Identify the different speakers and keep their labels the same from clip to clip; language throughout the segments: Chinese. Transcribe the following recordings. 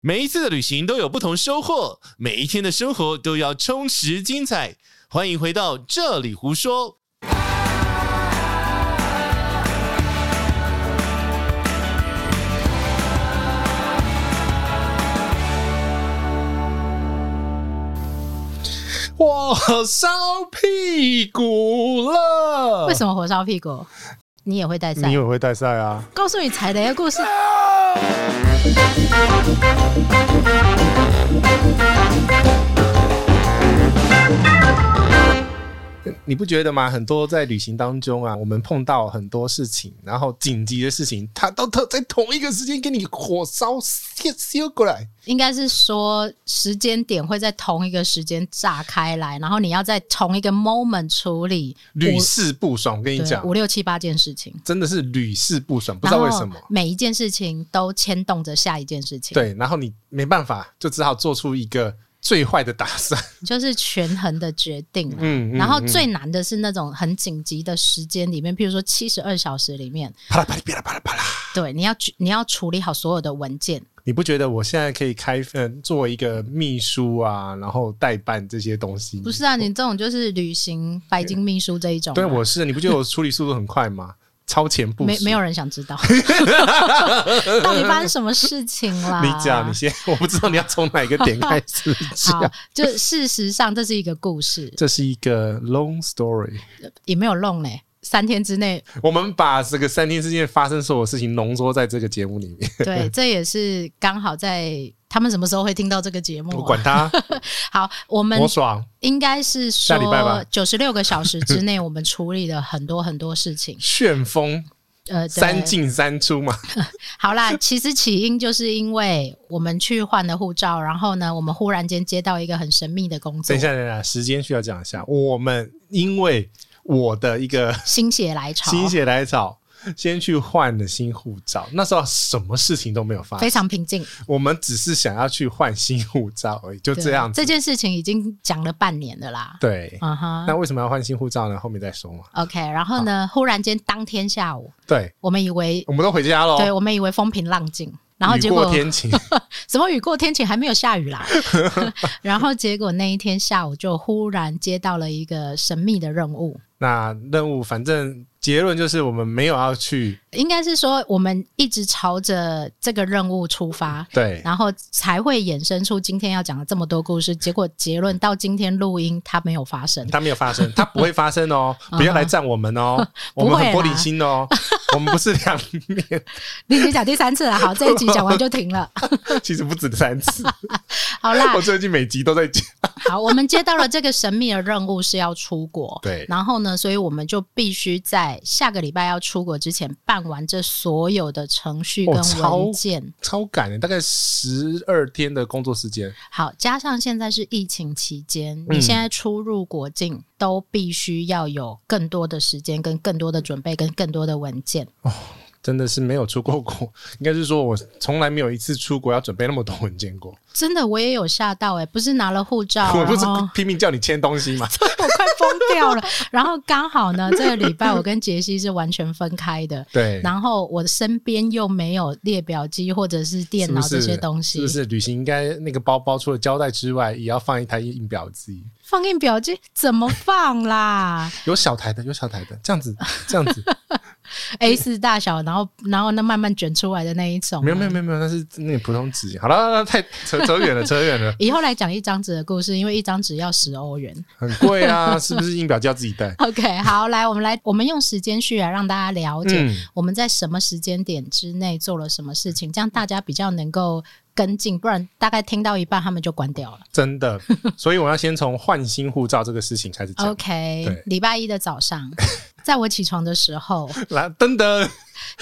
Speaker 1: 每一次的旅行都有不同收获，每一天的生活都要充实精彩。欢迎回到这里胡说。我烧屁股了！
Speaker 2: 为什么火烧屁股？你也会带伞
Speaker 3: 你？也会带赛啊？
Speaker 2: 告诉你踩雷的故事。
Speaker 3: 你不觉得吗？很多在旅行当中啊，我们碰到很多事情，然后紧急的事情，他都特在同一个时间给你火烧烧烧过来。
Speaker 2: 应该是说时间点会在同一个时间炸开来，然后你要在同一个 moment 处理
Speaker 3: 屡
Speaker 2: 五
Speaker 3: 试不爽，我跟你
Speaker 2: 对
Speaker 3: 讲
Speaker 2: 五，六七八件事情，
Speaker 3: 真的是屡试不爽，不知道为什么
Speaker 2: 然后。每一件事情都牵动着下一件事情，，
Speaker 3: 对，然后你没办法，就只好做出一个最坏的打 算。
Speaker 2: 就是权衡的决定啦。
Speaker 3: 嗯，嗯
Speaker 2: 然后
Speaker 3: 嗯
Speaker 2: 最难的是那种很紧急的时间里面，譬如说七十二小时里面，
Speaker 3: 啪啦啪啦啪啦啪啦啪啦，
Speaker 2: 对，你要去你要处理好所有的文件，
Speaker 3: 嗯你不觉得我现在可以开呃做一个秘书啊，然后代办这些东西？
Speaker 2: 不是啊，你这种就是旅行白金秘书这一种啊、
Speaker 3: 对，我是你不觉得我处理速度很快吗？超前部署。
Speaker 2: 没没有人想 知道到底发生什么事情啦。
Speaker 3: 你讲，你先， 我不知道你要从哪个点开始
Speaker 2: 好
Speaker 3: 讲。，
Speaker 2: 就事实上这是一个故事，
Speaker 3: 这是一个 long story。
Speaker 2: 也没有弄嘞。三天 之内，
Speaker 3: 我们把这个三天之间发生所有事情浓缩在这个节目里面。
Speaker 2: 对，这也是刚好在他们什么时候会听到这个节目、
Speaker 3: 我
Speaker 2: 啊。
Speaker 3: 管 他，
Speaker 2: 好，我们
Speaker 3: 我爽。
Speaker 2: 应该是
Speaker 3: 下礼拜吧
Speaker 2: 说九十六个小时之内，我们处理了很多很多 事情。
Speaker 3: 旋风
Speaker 2: 呃，对
Speaker 3: 三进三出嘛，
Speaker 2: 好啦，其实起因就是因为我们去换了护照，然后呢，我们忽然间接到一个很神秘的工作
Speaker 3: 等一，下，等一下，时间需要讲一下。我们因为我的一个
Speaker 2: 心血来潮，
Speaker 3: 心血来潮，先去换了新护照。那时候什么事情都没有发
Speaker 2: 非
Speaker 3: 生，
Speaker 2: 常平静，
Speaker 3: 我们只是想要去换新护照而已，就
Speaker 2: 对
Speaker 3: 这样子。
Speaker 2: 这件事情已经讲了半年了啦。
Speaker 3: 对，
Speaker 2: 嗯哼
Speaker 3: 那为什么要换新护照呢？后面再说嘛。
Speaker 2: ，OK。然后呢，忽然间当天下午，
Speaker 3: 对，
Speaker 2: 我们以为，
Speaker 3: 我们都回家喽。
Speaker 2: 对我们以为风平浪静，然后
Speaker 3: 哦雨
Speaker 2: 结
Speaker 3: 过
Speaker 2: 果
Speaker 3: 天 晴，
Speaker 2: 什么雨过天晴，还没有下雨 啦。然后结果那一天下午就忽然接到了一个神秘的任务，
Speaker 3: 那任务反正结论就是我们没有要 去，
Speaker 2: 应该是说我们一直朝着这个任务出发。
Speaker 3: 对，
Speaker 2: 然后才会衍生出今天要讲的这么多故事，结果结论到今天录音它没有发生，
Speaker 3: 它没有发生，它不会发生哦，不要来赞我们哦， 我们很
Speaker 2: 嗯不
Speaker 3: 玻
Speaker 2: 会啦
Speaker 3: 璃心哦， 我们不是两 面，
Speaker 2: 你已经讲第三次了，好，这一集讲完就停了，
Speaker 3: 其实不止三次，
Speaker 2: 好啦
Speaker 3: 我，最近每集都在讲，
Speaker 2: 好，我们接到了这个神秘的任务是要出国，
Speaker 3: 对
Speaker 2: 然后呢，所以我们就必须在下个礼拜要出国之前办完这所有的程序跟
Speaker 3: 哦超
Speaker 2: 文件。
Speaker 3: 超赶的，大概十二天的工作时间，
Speaker 2: 好，加上现在是疫情期间，
Speaker 3: 嗯
Speaker 2: 你现在出入国境都必须要有更多的时间、跟更多的准备、跟更多的文件。
Speaker 3: 真的是没有出过国， 应该是说我从来没有一次出国要准备那么多文件过，
Speaker 2: 真的，我也有吓到哎、不是拿了护照，
Speaker 3: 我不是
Speaker 2: 然后
Speaker 3: 拼命叫你签东 西吗？
Speaker 2: 我快疯掉了。然后刚好呢，这个礼拜我跟杰西是完全分开的。
Speaker 3: 对，
Speaker 2: 然后我身边又没有列表机或者是电脑
Speaker 3: 是
Speaker 2: 这
Speaker 3: 不是
Speaker 2: 些东西，
Speaker 3: 是不是旅行应该那个包包除了胶带之外，也要放一台印表机？
Speaker 2: 放印表机怎么放 啦
Speaker 3: 有小台的，有小台的，这 样子，这样子，
Speaker 2: ？A 四大小，然后然后那慢慢卷出来的那一种、
Speaker 3: 没有没有。没有没有，那是那个普通纸。 好了好了，太扯扯远了，扯远了，
Speaker 2: 以后来讲一张纸的故事，因为一张纸要十欧元。
Speaker 3: 很贵啊，是不是？印表机要自己带。
Speaker 2: OK，好，来我们来，我们用时间序来让大家了解
Speaker 3: 嗯，
Speaker 2: 我们在什么时间点之内做了什么事情，这样大家比较能够跟进，不然大概听到一半他们就关掉了。
Speaker 3: 真的，所以我要先从换新护照这个事情开始讲。
Speaker 2: OK，
Speaker 3: 啊对
Speaker 2: 礼拜一的早上，在我起床的时候，
Speaker 3: 来，噔噔，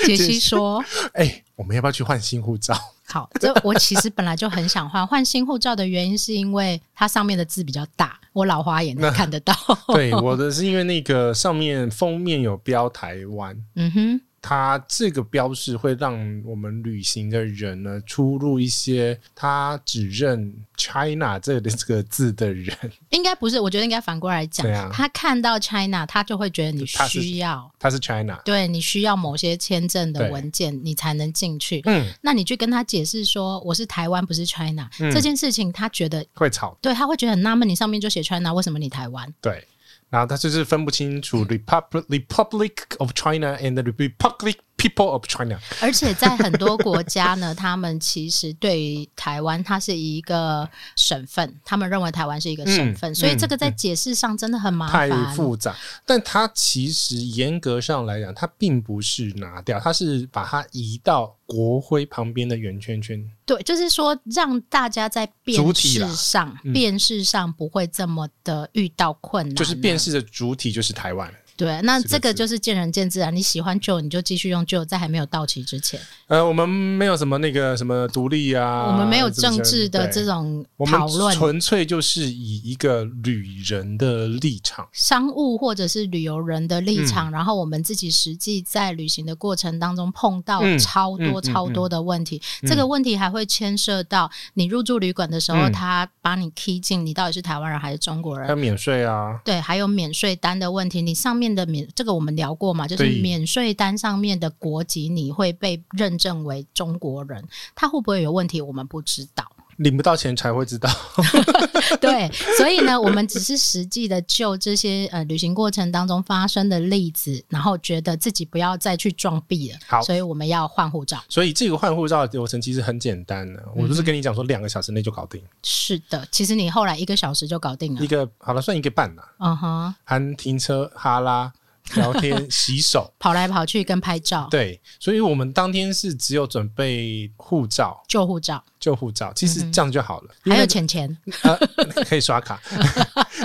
Speaker 2: 杰西说
Speaker 3: 哎、我们要不要去换新护 照？：“
Speaker 2: 好，这我其实本来就很想换，换新护照的原因是因为它上面的字比较大，我老花眼才看得到。
Speaker 3: 对，我的是因为那个上面封面有标台湾，
Speaker 2: 嗯哼，
Speaker 3: 它这个标示会让我们旅行的人呢出入一些他只认 China 这个这个字的人，
Speaker 2: 应该不是，我觉得应该反过来讲
Speaker 3: 对啊，
Speaker 2: 他看到 China，他就会觉得你
Speaker 3: 他是
Speaker 2: 需要，
Speaker 3: 他是 China。
Speaker 2: 对你需要某些签证的
Speaker 3: 对
Speaker 2: 文件，你才能进去。
Speaker 3: 嗯，
Speaker 2: 那你去跟他解释说我是台湾，不是 China、这件事情，他觉得
Speaker 3: 会吵
Speaker 2: 对他会觉得很纳闷，你上面就写 China，为什么你台湾？
Speaker 3: 对。然后他就是分不清楚 Republic Republic of China and the Republic People of China。
Speaker 2: 而且在很多国家呢，他们其实对于台湾，它是一个省份，他们认为台湾是一个省份，
Speaker 3: 嗯
Speaker 2: 所以
Speaker 3: 嗯
Speaker 2: 这个在解释上真的很麻
Speaker 3: 太
Speaker 2: 啊烦。
Speaker 3: 复杂，但它其实严格上来讲，它并不是拿掉，它是把它移到国徽旁边的圆圈圈。
Speaker 2: 对，就是说让大家在
Speaker 3: 主
Speaker 2: 辨
Speaker 3: 体
Speaker 2: 识
Speaker 3: 啦嗯
Speaker 2: 上、辨识上不会这么的遇到困难啊，
Speaker 3: 就是辨识的主体就是台湾。
Speaker 2: 对。那
Speaker 3: 是的
Speaker 2: 这个就是见仁见智啊，你喜欢旧你就继续用旧，在还没有到期之前，
Speaker 3: 呃，我们没有什么那个什么独立啊，
Speaker 2: 我们没有
Speaker 3: 什么
Speaker 2: 政治的
Speaker 3: 对
Speaker 2: 这种
Speaker 3: 我
Speaker 2: 讨
Speaker 3: 们
Speaker 2: 论。
Speaker 3: 纯粹就是以一个旅人的立场。
Speaker 2: 商务或者是旅游人的立
Speaker 3: 嗯
Speaker 2: 场，然后我们自己实际在旅行的过程当中碰到
Speaker 3: 嗯
Speaker 2: 超
Speaker 3: 嗯
Speaker 2: 多
Speaker 3: 嗯
Speaker 2: 超多的问题，这个问题还会牵涉到你入住旅馆的时候，
Speaker 3: 嗯
Speaker 2: 他把你 key 进，你到底是台湾人还是中国
Speaker 3: 还
Speaker 2: 人？
Speaker 3: 有免税啊，
Speaker 2: 对，还有免税单的问题，你上面的免这个我们聊过嘛，就是
Speaker 3: 对
Speaker 2: 免税单上面的国籍你会被认证为中国人，他会不会有问题？我们不知道。
Speaker 3: 领不到钱才会知道。
Speaker 2: 对，所以呢，我们只是实际的就这些呃旅行过程当中发生的例子，然后觉得自己不要再去撞壁了。
Speaker 3: 好
Speaker 2: 所以我们要换护照。
Speaker 3: 所以这个换护照的流程其实很简单
Speaker 2: 嗯
Speaker 3: 的、我不是跟你讲说两个小时内就搞定，
Speaker 2: 是的，其实你后来一个小时就搞定了
Speaker 3: 一。个好了算一个半啦，
Speaker 2: 嗯哼，
Speaker 3: 含停车、哈拉、聊天、洗 手。
Speaker 2: 跑来跑去跟拍照、
Speaker 3: 对，所以我们当天是只有准备护照、
Speaker 2: 救护照，
Speaker 3: 旧护照，其
Speaker 2: 嗯
Speaker 3: 实这样就好了。因
Speaker 2: 还
Speaker 3: 为
Speaker 2: 有钱钱。
Speaker 3: 呃，可以刷卡。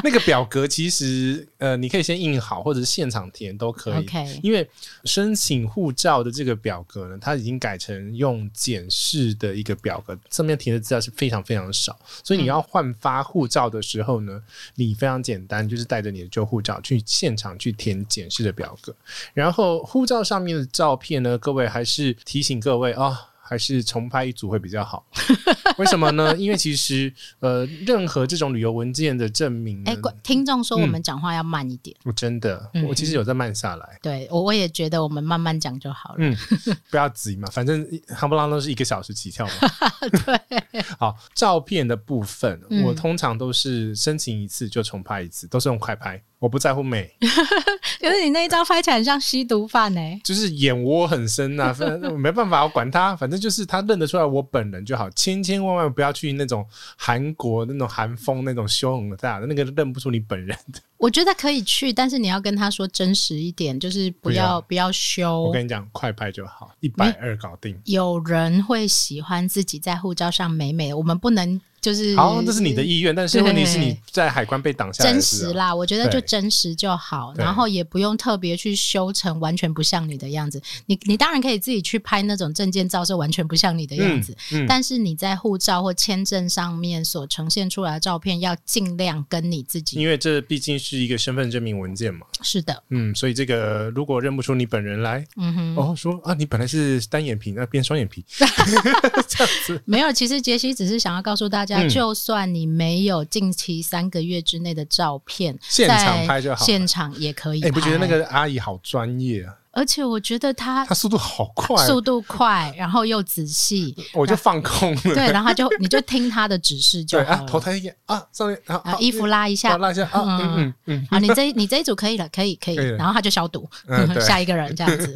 Speaker 3: 那个表格其实呃，你可以先印好，或者是现场填都可以。
Speaker 2: OK，
Speaker 3: 因为申请护照的这个表格呢，它已经改成用简式的一个表格，上面填的资料是非常非常少，所以你要换发护照的时候呢，你非常简单，就是带着你的旧护照去现场去填简式的表格，然后护照上面的照片呢，各位还是提醒各位啊、还是重拍一组会比较 好，为什么呢？因为其实呃，任何这种旅游文件的证明呢，
Speaker 2: 哎，观听众说我们讲话要慢一点。
Speaker 3: 我真的，
Speaker 2: 嗯
Speaker 3: 我其实有在慢下来，
Speaker 2: 对，我我也觉得我们慢慢讲就好了。
Speaker 3: 嗯，不要急嘛，反正夯不啷当是一个小时起跳 嘛。对，好，照片的部分，
Speaker 2: 嗯
Speaker 3: 我通常都是申请一次就重拍一次，都是用快拍，我不在乎美，
Speaker 2: 可是你那一张拍起来很像吸毒犯呢、欸
Speaker 3: 就是眼窝很深呐、 反正没办法，我管他，反正就是他认得出来我本人就好，千千万万不要去那种韩国那种韩风那种胸很大的那个认不出你本人。
Speaker 2: 我觉得可以去，但是你要跟他说真实一点，就是
Speaker 3: 不
Speaker 2: 不
Speaker 3: 要
Speaker 2: 要不要修。
Speaker 3: 我跟你讲，快拍就
Speaker 2: 嗯
Speaker 3: 好，一百二搞定。
Speaker 2: 有人会喜欢自己在护照上美美，我们不能就是
Speaker 3: 好，这是你的意愿，但是问题是
Speaker 2: 对
Speaker 3: 你在海关被挡下来
Speaker 2: 真
Speaker 3: 的时
Speaker 2: 实
Speaker 3: 候，
Speaker 2: 啦，我觉得
Speaker 3: 对
Speaker 2: 就真实就好，
Speaker 3: 对
Speaker 2: 然后也不用特别去修成完全不像你的样子。你你当然可以自己去拍那种证件照是完全不像你的样子，
Speaker 3: 嗯嗯
Speaker 2: 但是你在护照或签证上面所呈现出来的照片要尽量跟你自己
Speaker 3: 因为这毕竟是一个身份证明文件嘛。
Speaker 2: 是的，
Speaker 3: 嗯，所以这个如果认不出你本人来，
Speaker 2: 嗯哼。
Speaker 3: 哦，说啊，你本来是单眼皮，那变双眼皮，这样子，
Speaker 2: 没有，其实杰西只是想要告诉大家，
Speaker 3: 嗯
Speaker 2: 就算你没有近期三个月之内的照片，
Speaker 3: 现场
Speaker 2: 在
Speaker 3: 拍就好了
Speaker 2: 现场也可以
Speaker 3: 哎、
Speaker 2: 拍。
Speaker 3: 你不觉得那？个阿姨好专业啊？
Speaker 2: 而且我觉得他
Speaker 3: 她速度好快，啊
Speaker 2: 速度快，然后又仔细，
Speaker 3: 我就放空了。
Speaker 2: 对，然后他就 你就听他的指示 就
Speaker 3: 对
Speaker 2: 好了。
Speaker 3: 啊，头抬一眼啊，上面啊，
Speaker 2: 啊，衣服拉一
Speaker 3: 拉
Speaker 2: 下。
Speaker 3: 拉一下啊，嗯嗯嗯，
Speaker 2: 啊，你这你这一组可以了，可以可以
Speaker 3: 可以了，
Speaker 2: 然后他就消毒
Speaker 3: 嗯对，
Speaker 2: 下一个人这样 子，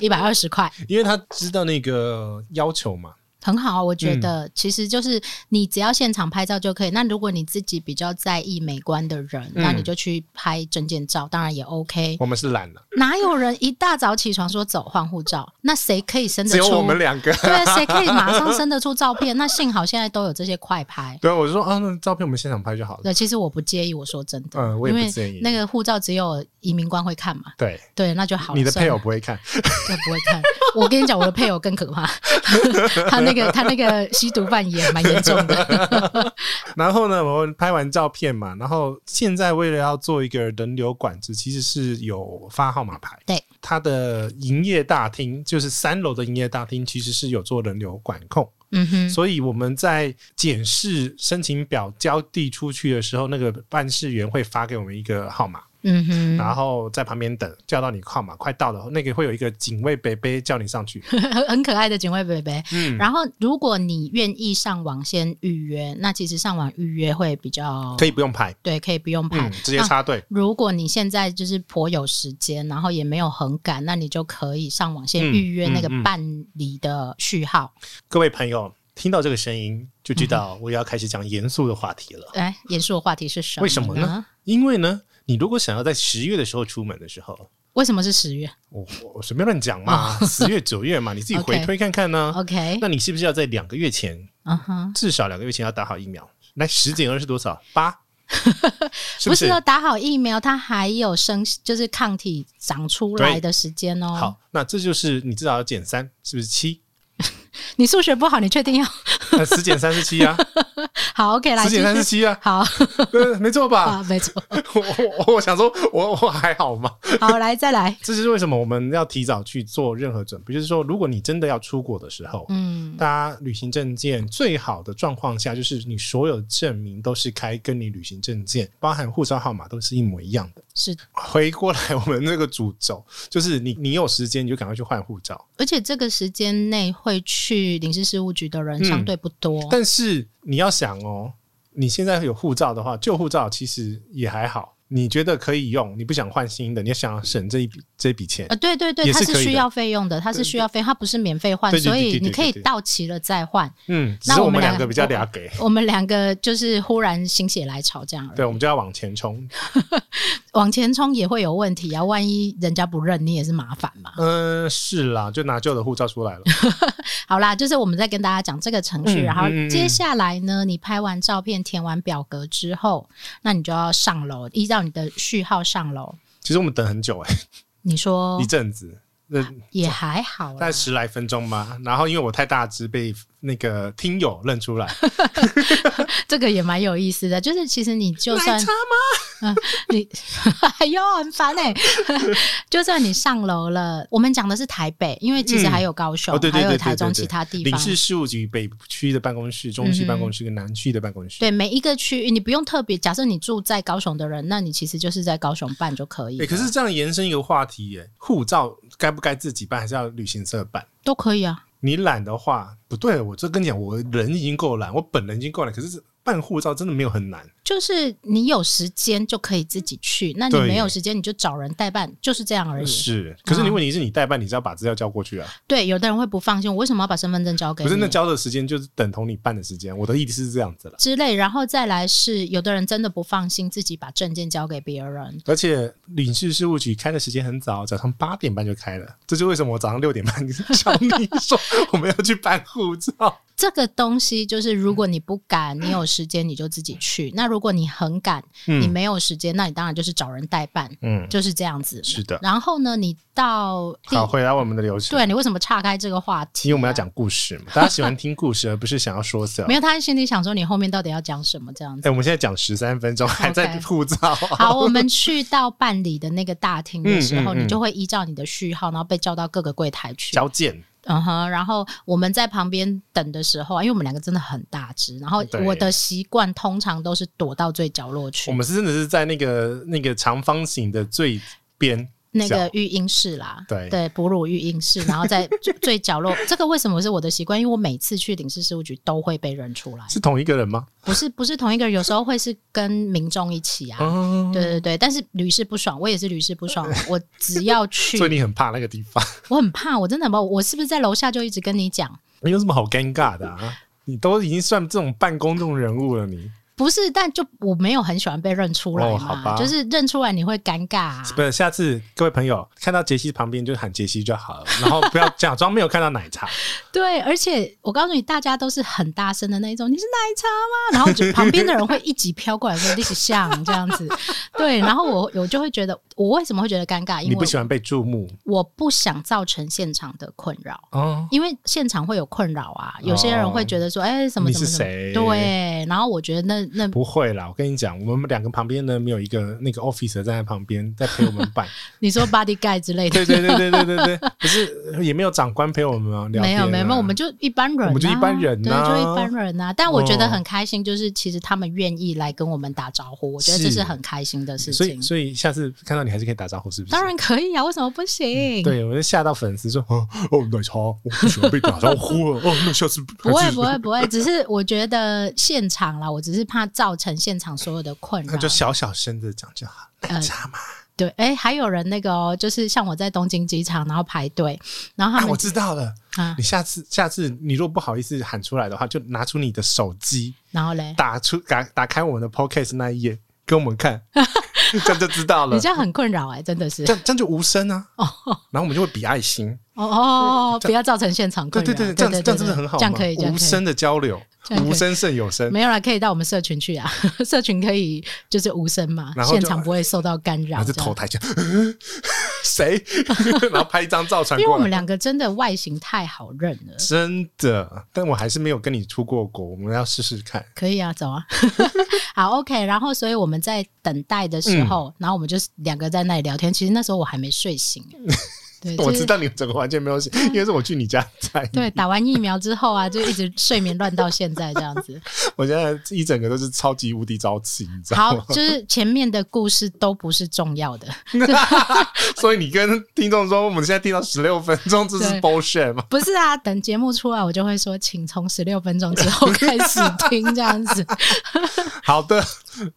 Speaker 2: 一百二十块，
Speaker 3: 因为她知道那个要求嘛。
Speaker 2: 很好，我觉
Speaker 3: 嗯
Speaker 2: 得其实就是你只要现场拍照就可以。那如果你自己比较在意美观的人，
Speaker 3: 嗯
Speaker 2: 那你就去拍证件照，当然也 OK。
Speaker 3: 我们是懒了，
Speaker 2: 哪有人一大早起床说走换护照？那谁可以生得
Speaker 3: 只有
Speaker 2: 出？
Speaker 3: 我们两个。
Speaker 2: 对，谁可以马上生得出照片？那幸好现在都有这些快拍。
Speaker 3: 对，我就说啊，那照片我们现场拍就好了。
Speaker 2: 对，其实我不介意，我说真的，
Speaker 3: 嗯，我也
Speaker 2: 因
Speaker 3: 不
Speaker 2: 为
Speaker 3: 介意。
Speaker 2: 那个护照只有移民官会看嘛，
Speaker 3: 对，
Speaker 2: 对，那就好了。啊
Speaker 3: 你的配偶
Speaker 2: 算了
Speaker 3: 不会看，
Speaker 2: 对不会看，我跟你讲，我的配偶更可怕，他那个他那个吸毒犯也蛮严重的。
Speaker 3: 然后呢，我们拍完照片嘛，然后现在为了要做一个人流管制，其实是有发号码牌。
Speaker 2: 对，
Speaker 3: 它的营业大厅就是三楼的营业大厅，其实是有做人流管控。
Speaker 2: 嗯哼，
Speaker 3: 所以我们在检视申请表交递出去的时候，那个办事员会发给我们一个号码，
Speaker 2: 嗯哼，
Speaker 3: 然后在旁边等，叫到你号码快到了，那个会有一个警卫北北叫你上去。
Speaker 2: 很很可爱的警卫北北。
Speaker 3: 嗯，
Speaker 2: 然后，如果你愿意上网先预约，那其实上网预约会比较
Speaker 3: 可以不用排，
Speaker 2: 对，可以不用排。
Speaker 3: 嗯，直接插队。
Speaker 2: 如果你现在就是颇有时间，然后也没有很赶，那你就可以上网先
Speaker 3: 嗯
Speaker 2: 预约那个
Speaker 3: 嗯嗯
Speaker 2: 办理的序号。
Speaker 3: 各位朋友听到这个声音，就知
Speaker 2: 嗯
Speaker 3: 道我要开始讲严肃的话题了。
Speaker 2: 哎、严肃的话题是什么？
Speaker 3: 为什么
Speaker 2: 呢
Speaker 3: 呢？因为呢，你如果想要在十月的时候出门的时候，
Speaker 2: 为什么是十月
Speaker 3: 我我我随便乱讲嘛，十、月九月嘛，你自己
Speaker 2: 哦 OK
Speaker 3: 回推看看呢、
Speaker 2: ？OK，
Speaker 3: 那你是不是要在两个月前，
Speaker 2: 嗯哼，
Speaker 3: 至少两个月前要打好疫苗？来，十减二是多少？ 八，是
Speaker 2: 不
Speaker 3: 是？
Speaker 2: 是要打好疫苗，它还有生就是抗体长出来的时间哦。
Speaker 3: 好，，那这就是你至少要减三，是不是七？
Speaker 2: 你数学不好，你确定要
Speaker 3: 呃十减三是七啊，
Speaker 2: 好 OK 来
Speaker 3: 十
Speaker 2: 继
Speaker 3: 减三是
Speaker 2: 续。
Speaker 3: 七 啊，
Speaker 2: 好
Speaker 3: 呃没错吧？
Speaker 2: 啊，没错。
Speaker 3: 我 我我想说，我我还好吗？
Speaker 2: 好，来再来。
Speaker 3: 这就是为什么我们要提早去做任何准备，就是说，如果你真的要出国的时候，
Speaker 2: 嗯，
Speaker 3: 大家旅行证件最好的状况下，就是你所有证明都是开跟你旅行证件，包含护照号码都是一模一样的。
Speaker 2: 是，
Speaker 3: 回过来，我们这个主轴 就是你，你有时间你就赶快去换护照，
Speaker 2: 而且这个时间内会去领事事务局的人
Speaker 3: 嗯
Speaker 2: 相对不多。
Speaker 3: 但是你要想哦，你现在有护照的话，旧护照其实也还好，你觉得可以用，你不想换新的，你想要省这一笔这一笔钱
Speaker 2: 呃，，对对对，
Speaker 3: 也
Speaker 2: 它
Speaker 3: 是可以
Speaker 2: 需
Speaker 3: 的
Speaker 2: 要费用的，它是需要费，它不是免费换，
Speaker 3: 对对对
Speaker 2: 所以
Speaker 3: 对对
Speaker 2: 你可以
Speaker 3: 对对
Speaker 2: 到期了再换。
Speaker 3: 嗯，只
Speaker 2: 那
Speaker 3: 是
Speaker 2: 我
Speaker 3: 我们
Speaker 2: 们两
Speaker 3: 两个比较俩给。
Speaker 2: 我们两个就是忽然心血来潮这样而已，
Speaker 3: 对，我们就要往前冲。
Speaker 2: 往前冲也会有问题啊，万一人家不认你也是麻烦嘛。
Speaker 3: 嗯，是啦，就拿旧的护照出来 了。
Speaker 2: 好啦，就是我们在跟大家讲这个程序，
Speaker 3: 嗯
Speaker 2: 然后
Speaker 3: 嗯嗯嗯
Speaker 2: 接下来呢，你拍完照片、填完表格之后，那你就要上楼，依照你的序号上楼。
Speaker 3: 其实我们等很久哎、
Speaker 2: 你说
Speaker 3: 一阵子，那
Speaker 2: 也还好
Speaker 3: 大
Speaker 2: 啦
Speaker 3: 概，十来分钟吧。然后因为我太大只，被那个听友认出来，
Speaker 2: 这个也蛮有意思的。就是其实你就算
Speaker 3: 奶茶
Speaker 2: 你，哎呦，很 烦哎、就算你上楼了，我们讲的是台北，因为其实
Speaker 3: 嗯
Speaker 2: 还有高雄，
Speaker 3: 哦对对
Speaker 2: 还有
Speaker 3: 对对
Speaker 2: 台中
Speaker 3: 对对
Speaker 2: 其他地
Speaker 3: 领
Speaker 2: 方。
Speaker 3: 事事务局北区的办公室、中区办公室跟南区的办公室。
Speaker 2: 对每一个区域，你不用特别。假设你住在高雄的人，那你其实就是在高雄办就可以
Speaker 3: 哎、
Speaker 2: 了。
Speaker 3: 可是这样延伸一个话题、耶，护照该不该自己办，还是要旅行社办？
Speaker 2: 都可以啊，
Speaker 3: 你懒的话，不对，我就跟你讲，我人已经够懒，我本人已经够懒，可是办护照真的没有很难。
Speaker 2: 就是你有时间就可以自己去，那你
Speaker 3: 对
Speaker 2: 没有时间你就找人代办，就是这样而已。
Speaker 3: 是，可是你问题是你代办，你是要把资料交过去啊。
Speaker 2: 对，有的人会不放心，我为什么要把身份证交给
Speaker 3: 不
Speaker 2: 你？
Speaker 3: 是那交的时间就是等同你办的时间，我的意思是这样子了。
Speaker 2: 之类，然后再来是有的人真的不放心自己把证件交给别人，
Speaker 3: 而且领事事务局开的时间很早，早上八点半就开了，这就为什么我早上六点半 叫你说我们要去办护照。
Speaker 2: 这个东西就是，如果你不赶，你有时间你就自己去；那如果你很赶，你
Speaker 3: 嗯
Speaker 2: 没有时间，那你当然就是找人代办，
Speaker 3: 嗯，
Speaker 2: 就是这样子。
Speaker 3: 是的。
Speaker 2: 然后呢，你到第
Speaker 3: 好，回来我们的流程，
Speaker 2: 对你为什么岔开这个话题啊？
Speaker 3: 因为我们要讲故 事嘛，大家喜欢听故事，而不是想要说教
Speaker 2: 没。有，他心里想说你后面到底要讲什么这样
Speaker 3: 哎、
Speaker 2: 子。
Speaker 3: 我们现在讲十三分钟，还在护照、
Speaker 2: 好，我们去到办理的那个大厅的时
Speaker 3: 嗯
Speaker 2: 候，
Speaker 3: 嗯嗯
Speaker 2: 你就会依照你的序号，然后被叫到各个柜台去。
Speaker 3: 交件，
Speaker 2: 嗯哼，然后我们在旁边等的时候啊，因为我们两个真的很大只，然后
Speaker 3: 对
Speaker 2: 我的习惯通常都是躲到最角落去
Speaker 3: 我。们是真的是在那个那个长方形的最边。
Speaker 2: 那个育婴室啦，
Speaker 3: 对
Speaker 2: 哺乳育婴室，然后 在最最角落，这个为什么是我的习惯？因为我每次去领事事务局都会被认出来，
Speaker 3: 是同一个人吗？
Speaker 2: 不是不是同一个人，有时候会是跟民众一起啊。
Speaker 3: 嗯，
Speaker 2: 对对对，但是屡试不爽，我也是屡试 不爽。我只要去
Speaker 3: 所，以你很怕那个地方。
Speaker 2: 我很怕，我真的很怕。我是不是在楼下就一直跟你讲？
Speaker 3: 你有什么好尴尬的啊？你都已经算这种半公众人物了你，
Speaker 2: 不是，但就我没有很喜欢被认出来
Speaker 3: 哦好
Speaker 2: 嘛，
Speaker 3: 吧
Speaker 2: 就是认出来你会尴尬、啊。
Speaker 3: 不是，下次各位朋友看到杰西旁边就喊杰西就好了，然后不要假装没有看到奶茶。
Speaker 2: 对，而且我告诉你，大家都是很大声的那一种，你是奶茶吗？然后就旁边的人会一起飘过来说你是像这样 子，对，然后我我就会觉得，我为什么会觉得尴 尬？因
Speaker 3: 你
Speaker 2: 为
Speaker 3: 不喜欢被注目
Speaker 2: 我不想造成现场的困扰。
Speaker 3: 哦，
Speaker 2: 因为现场会有困扰啊，有些人会觉得说，哎、什么
Speaker 3: 你
Speaker 2: 什么
Speaker 3: 是
Speaker 2: 什么，
Speaker 3: 谁
Speaker 2: 对。然后我觉得那那
Speaker 3: 不会啦，我跟你讲，我们两个旁边呢没有一个那个 officer 站在旁边在陪我们 办，
Speaker 2: 你说 body guy 之类的，
Speaker 3: 对对对对对对对，不是也没有长官陪我们啊，聊
Speaker 2: 没
Speaker 3: 天啊
Speaker 2: 有没有，没有我们就一般人、啊，
Speaker 3: 我们就一般人
Speaker 2: 对，
Speaker 3: 啊
Speaker 2: 就一般人啊。但我觉得
Speaker 3: 哦
Speaker 2: 很开心，就是其实他们愿意来跟我们打招呼，我觉得这
Speaker 3: 是
Speaker 2: 是很开心的事
Speaker 3: 所
Speaker 2: 情
Speaker 3: 以。所以下次看到你还是可以打招呼，是不是？
Speaker 2: 当。然可以啊，为什么不行？
Speaker 3: 嗯对，我就吓到粉丝说：“ 哦，哦奶茶，我不喜欢被打招呼了。哦，那下次
Speaker 2: 不
Speaker 3: 还
Speaker 2: 会
Speaker 3: 是
Speaker 2: 不会不会，只是我觉得现场啦，我只是怕造成现场所有的困扰
Speaker 3: 那。就小小声的讲就好。
Speaker 2: 呃
Speaker 3: 奶茶嘛，
Speaker 2: 对，哎，还有人那个哦，就是像我在东京机场，然后排队，然后
Speaker 3: 啊，
Speaker 2: 他
Speaker 3: 我
Speaker 2: 们
Speaker 3: 知道了。
Speaker 2: 啊
Speaker 3: 你，下次下次你如果不好意思喊出来的话，就拿出你的手机，
Speaker 2: 然后嘞，
Speaker 3: 打出打打开我们的 podcast 那一页给我们 看，这样就知道了
Speaker 2: 你。这样很困扰哎，真的是
Speaker 3: 这样这样就无声啊，然后我们就会比爱心。
Speaker 2: 哦哦，不要造成现场
Speaker 3: 对
Speaker 2: 困扰。
Speaker 3: 对对，这样这样真的很好嘛，
Speaker 2: 这样可以，这样
Speaker 3: 无
Speaker 2: 可以
Speaker 3: 声的交流
Speaker 2: 这样，可以
Speaker 3: 无声胜有声。
Speaker 2: 没有啦，可以到我们社群去啊， 社群可以就是无声嘛，
Speaker 3: 然后就
Speaker 2: 现场不会受到干
Speaker 3: 然
Speaker 2: 扰。
Speaker 3: 后就
Speaker 2: 这样
Speaker 3: 头抬起来， 谁？ 然后拍一张照传
Speaker 2: 因为
Speaker 3: 过
Speaker 2: 我们
Speaker 3: 来。
Speaker 2: 两个真的外形太好认了，
Speaker 3: 真的，但我还是没有跟你出过国，我们要试试看。
Speaker 2: 可以啊，走啊， 好 OK。然后，所以我们在等待的时
Speaker 3: 嗯
Speaker 2: 候，然后我们就是两个在那里聊天。其实那时候我还没 睡醒，对，
Speaker 3: 我
Speaker 2: 就是
Speaker 3: 知道你整个完全没有写，因为是我去你家才。
Speaker 2: 对，打完疫苗之后啊，就一直睡眠乱到现在这样 子。
Speaker 3: 我现在一整个都是超级无敌朝气，你知道
Speaker 2: 好
Speaker 3: 吗，？
Speaker 2: 就是前面的故事都不是重要的，
Speaker 3: 所以你跟听众说，我们现在听到十六分钟，这是
Speaker 2: 对
Speaker 3: bullshit 吗？
Speaker 2: 不是啊，等节目出来，我就会说，请从十六分钟之后开始听这样 子。
Speaker 3: 好的，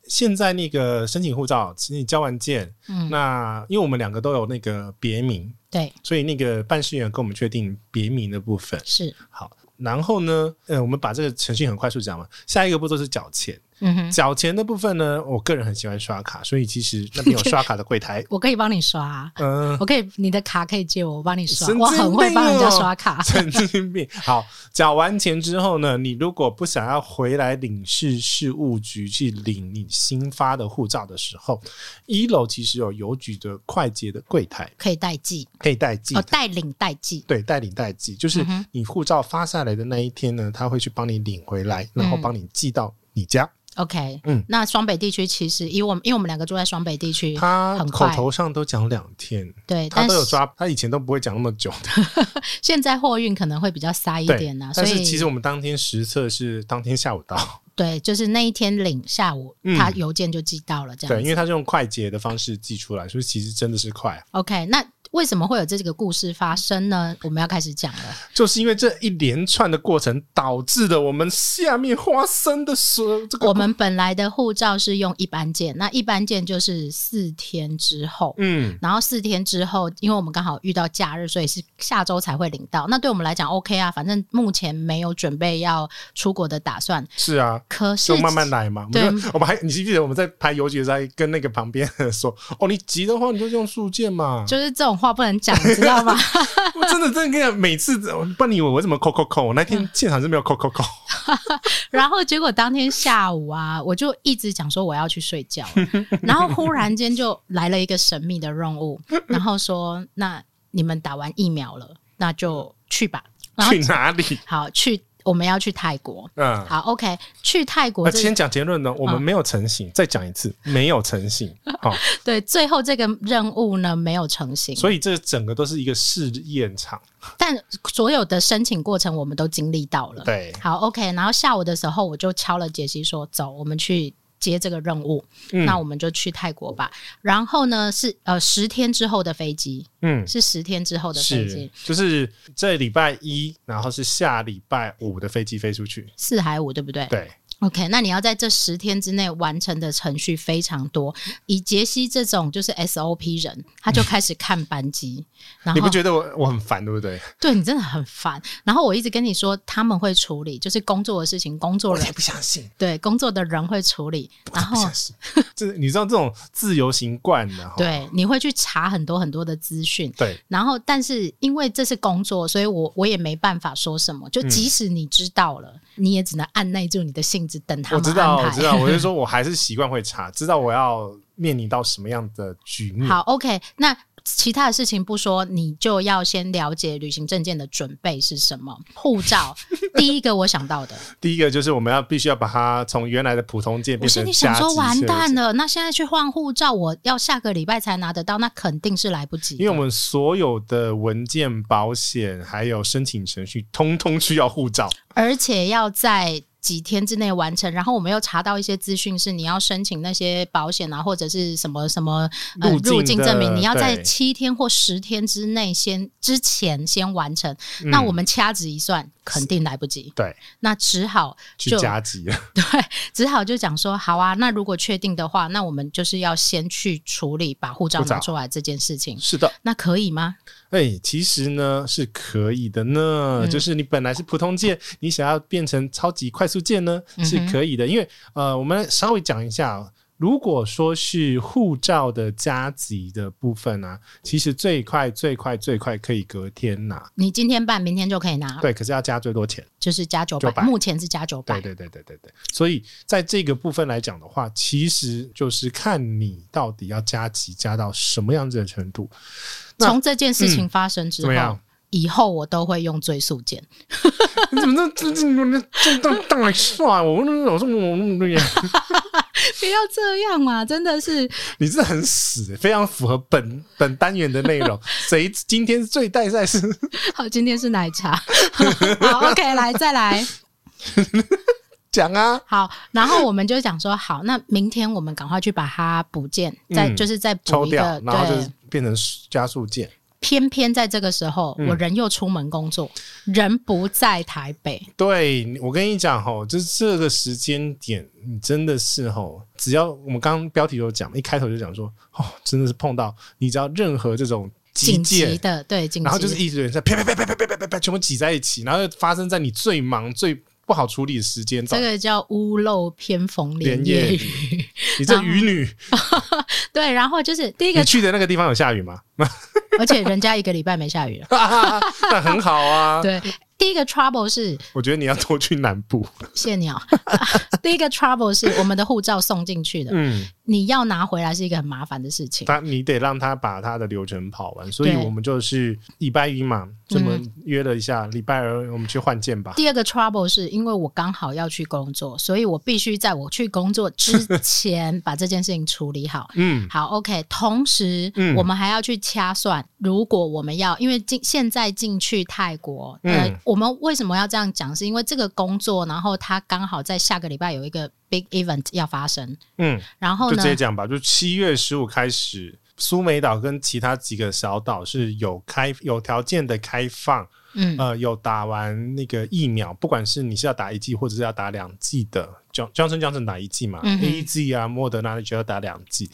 Speaker 3: 现在那个申请护照，请你交完件。
Speaker 2: 嗯
Speaker 3: 那因为我们两个都有那个别名，
Speaker 2: 对，
Speaker 3: 所以那个办事员跟我们确定别名的部分。
Speaker 2: 是，
Speaker 3: 好，然后呢，呃，我们把这个程序很快速讲完。下一个步骤是缴钱，
Speaker 2: 嗯哼，。
Speaker 3: 缴钱的部分呢，我个人很喜欢刷卡，所以其实那边有刷卡的柜台
Speaker 2: 我可以帮你刷、啊。
Speaker 3: 嗯、
Speaker 2: 我可以，你的卡可以借我，我帮你刷。
Speaker 3: 神
Speaker 2: 我
Speaker 3: 经
Speaker 2: 很会
Speaker 3: 病
Speaker 2: 帮人家
Speaker 3: 哦，
Speaker 2: 刷卡
Speaker 3: 神经病。好，缴完钱之后呢，你如果不想要回来领事事务局去领你新发的护照的时候，一楼其实有邮局的快捷的柜台，
Speaker 2: 可以代寄
Speaker 3: 可以代寄。
Speaker 2: 哦，代领代寄。
Speaker 3: 对，代领代寄，就是
Speaker 2: 嗯哼
Speaker 3: 你护照发下来的那一天呢，他会去帮你领回来，然后
Speaker 2: 嗯
Speaker 3: 帮你寄到你家。
Speaker 2: OK，嗯
Speaker 3: 嗯，
Speaker 2: 那双北地区其实以我们，因为我们两个住在双北地区，
Speaker 3: 他
Speaker 2: 很
Speaker 3: 口
Speaker 2: 快，
Speaker 3: 头上都讲两天，
Speaker 2: 对，
Speaker 3: 他
Speaker 2: 但
Speaker 3: 都有
Speaker 2: 是
Speaker 3: 抓，他以前都不会讲那么久的。
Speaker 2: 现在货运可能会比较塞一
Speaker 3: 对
Speaker 2: 点呐、，所
Speaker 3: 但
Speaker 2: 以
Speaker 3: 是其实我们当天实测是当天下午到，
Speaker 2: 对，就是那一天领下午，
Speaker 3: 嗯
Speaker 2: 他邮件就寄到了这
Speaker 3: 对，
Speaker 2: 样
Speaker 3: 因
Speaker 2: 子。
Speaker 3: 为他是用快捷的方式寄出来，所以其实真的是快，
Speaker 2: OK，那为什么会有这个故事发生呢？我们要开始讲 了。
Speaker 3: 就是因为这一连串的过程导致了我们下面花生的所这个
Speaker 2: 我们本来的护照是用一般件，那一般件就是四天之后。
Speaker 3: 嗯
Speaker 2: 然后四天之后，因为我们刚好遇到假日，所以是下周才会领到。那对我们来讲，OK 啊，反正目前没有准备要出国的打算。
Speaker 3: 是啊。
Speaker 2: 可是
Speaker 3: 就慢慢来嘛，我
Speaker 2: 对
Speaker 3: 们就我们还你记不记得我们在排邮局的时候还跟那个旁边的人说，哦，你急的话你就用速件嘛，
Speaker 2: 就是这种话不能讲，你知道吗？
Speaker 3: 我真的真的跟你讲，每次不然你以为我怎么扣扣扣？我那
Speaker 2: 嗯
Speaker 3: 天现场是没有扣扣扣，
Speaker 2: 然后结果当天下午啊，我就一直讲说我要去睡觉了，然后忽然间就来了一个神秘的任务，然后说那你们打完疫苗了，那就去吧。然后
Speaker 3: 去哪里？
Speaker 2: 好去，我们要去泰国。
Speaker 3: 嗯，
Speaker 2: 好，OK，去泰国
Speaker 3: 那
Speaker 2: 这嗯
Speaker 3: 先讲结论呢，我们没有成型，再讲一次，没有成型。好、
Speaker 2: 对最后这个任务呢没有成型，
Speaker 3: 所以这整个都是一个试验场。
Speaker 2: 但所有的申请过程我们都经历到了。
Speaker 3: 对，
Speaker 2: 好，OK。然后下午的时候，我就敲了杰西说：“走，我们去接这个任务，
Speaker 3: 嗯
Speaker 2: 那我们就去泰国吧。”然后呢，是呃十天之后的飞机，
Speaker 3: 嗯，
Speaker 2: 是十天之后的飞
Speaker 3: 是
Speaker 2: 机，，
Speaker 3: 就是这礼拜一，然后是下礼拜五的飞机飞出去。
Speaker 2: 四海五对不对？
Speaker 3: 对，
Speaker 2: OK，那你要在这十天之内完成的程序非常多。以杰西这种就是 SOP 人，他就开始看班 机，然
Speaker 3: 你不
Speaker 2: 后
Speaker 3: 觉得我我很烦，对不对？
Speaker 2: 对你真的很烦。然后我一直跟你说他们会处理，就是工作的事情，工作
Speaker 3: 我
Speaker 2: 人
Speaker 3: 才不相信，
Speaker 2: 对工作的人会处 理，然
Speaker 3: 不
Speaker 2: 后
Speaker 3: 相信。这你知道这种自由行惯的哈，
Speaker 2: 对你会去查很多很多的资讯。
Speaker 3: 对，
Speaker 2: 然后，但是因为这是工作，所以我我也没办法说什么。
Speaker 3: 嗯
Speaker 2: 就即使你知道了，你也只能按耐住你的性子，等他
Speaker 3: 我
Speaker 2: 们
Speaker 3: 知道，
Speaker 2: 安
Speaker 3: 我
Speaker 2: 排
Speaker 3: 知 道，我就说我还是习惯会查， 知道我要面临到什么样的局面。
Speaker 2: 好，OK，那。其他的事情不说，你就要先了解旅行证件的准备是什 么。护照，第一个我想到的，
Speaker 3: 第一个就是我们要必须要把它从原来的普通件
Speaker 2: 我
Speaker 3: 变
Speaker 2: 心
Speaker 3: 成
Speaker 2: 里
Speaker 3: 加
Speaker 2: 想
Speaker 3: 急
Speaker 2: 说完
Speaker 3: 车
Speaker 2: 蛋
Speaker 3: 件，
Speaker 2: 了，那现在去换护照，我要下个礼拜才拿得到，那肯定是来不及的。
Speaker 3: 因为我们所有的文件、保险还有申请程序，通通需要护照。
Speaker 2: 而且要在几天之内完成。然后我们又查到一些资讯，是你要申请那些保险啊，或者是什么什么呃
Speaker 3: 入境
Speaker 2: 入境证明，
Speaker 3: 的
Speaker 2: 你要在
Speaker 3: 对
Speaker 2: 七天或十天之内先之前先完成。
Speaker 3: 嗯
Speaker 2: 那我们掐指一算，肯定来不及，
Speaker 3: 对，
Speaker 2: 那只好
Speaker 3: 去
Speaker 2: 就
Speaker 3: 加急了。
Speaker 2: 对，只好就讲说，好啊，那如果确定的话，那我们就是要先去处理把护照
Speaker 3: 护照
Speaker 2: 拿出来这件事情。
Speaker 3: 是的，
Speaker 2: 那可以吗？
Speaker 3: 哎、其实呢是可以的呢，
Speaker 2: 嗯
Speaker 3: 就是你本来是普通件，你想要变成超级快速件呢，
Speaker 2: 嗯哼
Speaker 3: 是可以的。因为呃，我们稍微讲一下哦、如果说是护照的加急的部分啊，其实最快最快最快可以隔天拿，
Speaker 2: 你今天办，明天就可以拿，
Speaker 3: 对，可是要加最多钱。
Speaker 2: 就是加九
Speaker 3: 900
Speaker 2: 百，目前是加九
Speaker 3: 对
Speaker 2: 百。
Speaker 3: 对对对对对，所以在这个部分来讲的话，其实就是看你到底要加急加到什么样子的程度。那嗯啊
Speaker 2: 从这件事情发生之
Speaker 3: 怎么
Speaker 2: 后
Speaker 3: 样，
Speaker 2: 以后我都会用追溯键。
Speaker 3: 你怎么那这这这这当当然算我那我说我我
Speaker 2: 不要这样嘛，真的是
Speaker 3: 你这很死，非常符合本本单元的内 容。谁今天最带赛是？
Speaker 2: 好。今天是奶 茶，好，OK，来再来。
Speaker 3: 讲啊，
Speaker 2: 好，然后我们就讲说，好，那明天我们赶快去把它补件，再、
Speaker 3: 嗯
Speaker 2: 就是再
Speaker 3: 抽
Speaker 2: 补一
Speaker 3: 掉
Speaker 2: 个，，
Speaker 3: 然后就
Speaker 2: 对
Speaker 3: 是。变成加速键。
Speaker 2: 偏偏在这个时候，
Speaker 3: 嗯
Speaker 2: 我人又出门工作，人不在台北，
Speaker 3: 对，你我跟你讲吼，就是这个时间点，你真的是吼，只要我们刚刚标题有讲，一开头就讲说，哦，真的是碰到你知道任何这种急
Speaker 2: 紧
Speaker 3: 件
Speaker 2: 急，的，对，紧急的。
Speaker 3: 然后就是一堆人在啪啪啪啪啪啪啪啪啪，全部挤在一起，然后发生在你最忙最不好处理的时间，
Speaker 2: 这个叫屋漏偏逢连
Speaker 3: 连
Speaker 2: 夜
Speaker 3: 夜
Speaker 2: 雨，
Speaker 3: 雨，你这渔女，
Speaker 2: 对。然后就是第一
Speaker 3: 你
Speaker 2: 个，
Speaker 3: 去的那个地方有下雨吗？
Speaker 2: 而且人家一个礼拜没下雨了，
Speaker 3: 那很好啊，
Speaker 2: 对。第一个 trouble 是
Speaker 3: 我觉得你要多去南部，
Speaker 2: 谢鸟。 第一个 trouble 是我们的护照送进去的，
Speaker 3: 嗯，
Speaker 2: 你要拿回来是一个很麻烦的事情。
Speaker 3: 他你得让他把他的流程跑完，所以
Speaker 2: 对
Speaker 3: 我们就是礼拜一嘛，所以我们约了一下，礼拜二我们去换件吧。
Speaker 2: 第二个 trouble 是因为我刚好要去工作，所以我必须在我去工作之前把这件事情处理好。
Speaker 3: 嗯，
Speaker 2: 好，OK。同时，
Speaker 3: 嗯
Speaker 2: 我们还要去掐算，如果我们要，因为进现在进去泰国，
Speaker 3: 嗯
Speaker 2: 呃，我们为什么要这样讲？是因为这个工作，然后它刚好在下个礼拜有一个 big event 要发生，
Speaker 3: 嗯，
Speaker 2: 然后
Speaker 3: 就
Speaker 2: 呢
Speaker 3: 直，接讲吧，就七月十五开始，苏梅岛跟其他几个小岛是有开有条件的开放，
Speaker 2: 嗯，
Speaker 3: 呃，有打完那个疫苗，不管是你是要打一剂或者是要打两剂的，Johnson Johnson 打一剂嘛、
Speaker 2: 嗯哼
Speaker 3: a 剂啊，莫德纳就要打两剂，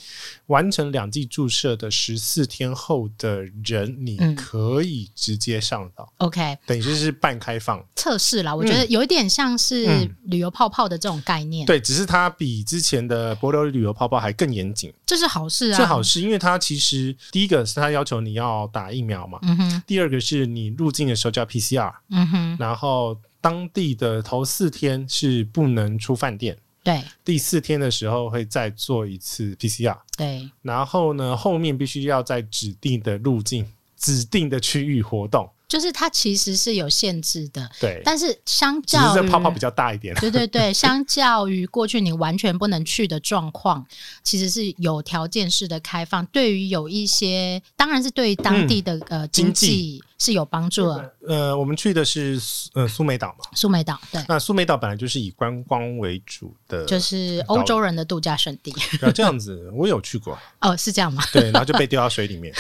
Speaker 3: 完成两剂注射的十四天后的人，你
Speaker 2: 嗯
Speaker 3: 可以直接上岛，
Speaker 2: OK，
Speaker 3: 等于就是半开放。
Speaker 2: 测试啦，我觉得有一点像是
Speaker 3: 嗯
Speaker 2: 旅游泡泡的这种概念，
Speaker 3: 对，只是它比之前的博流旅游泡泡还更严谨，
Speaker 2: 这是好事啊，
Speaker 3: 这好，是因为它其实第一个是它要求你要打疫苗嘛，
Speaker 2: 嗯哼，
Speaker 3: 第二个是你入境的时候就要 PCR，
Speaker 2: 嗯哼，
Speaker 3: 然后当地的头四天是不能出饭店。
Speaker 2: 对
Speaker 3: 第四天的时候会再做一次 PCR，
Speaker 2: 对，
Speaker 3: 然后呢，后面必须要在指定的路径、指定的区域活动。
Speaker 2: 就是它其实是有限制的，
Speaker 3: 对，
Speaker 2: 但是相
Speaker 3: 只是
Speaker 2: 较
Speaker 3: 这
Speaker 2: 于
Speaker 3: 泡泡比较大一点。
Speaker 2: 对 对对，相较于过去你完全不能去的状况，其实是有条件式的开放，对于有一些，当然是对于当地的、呃
Speaker 3: 嗯经
Speaker 2: 经
Speaker 3: 济
Speaker 2: 济是有帮助的。
Speaker 3: 呃，我们去的是苏呃苏梅岛嘛，
Speaker 2: 苏梅岛对，
Speaker 3: 那苏梅岛本来就是以观光为主的，
Speaker 2: 就是欧洲人的度假胜地。
Speaker 3: 然后这样子，我有去过，
Speaker 2: 哦，是这样吗？
Speaker 3: 对，然后就被丢到水里面，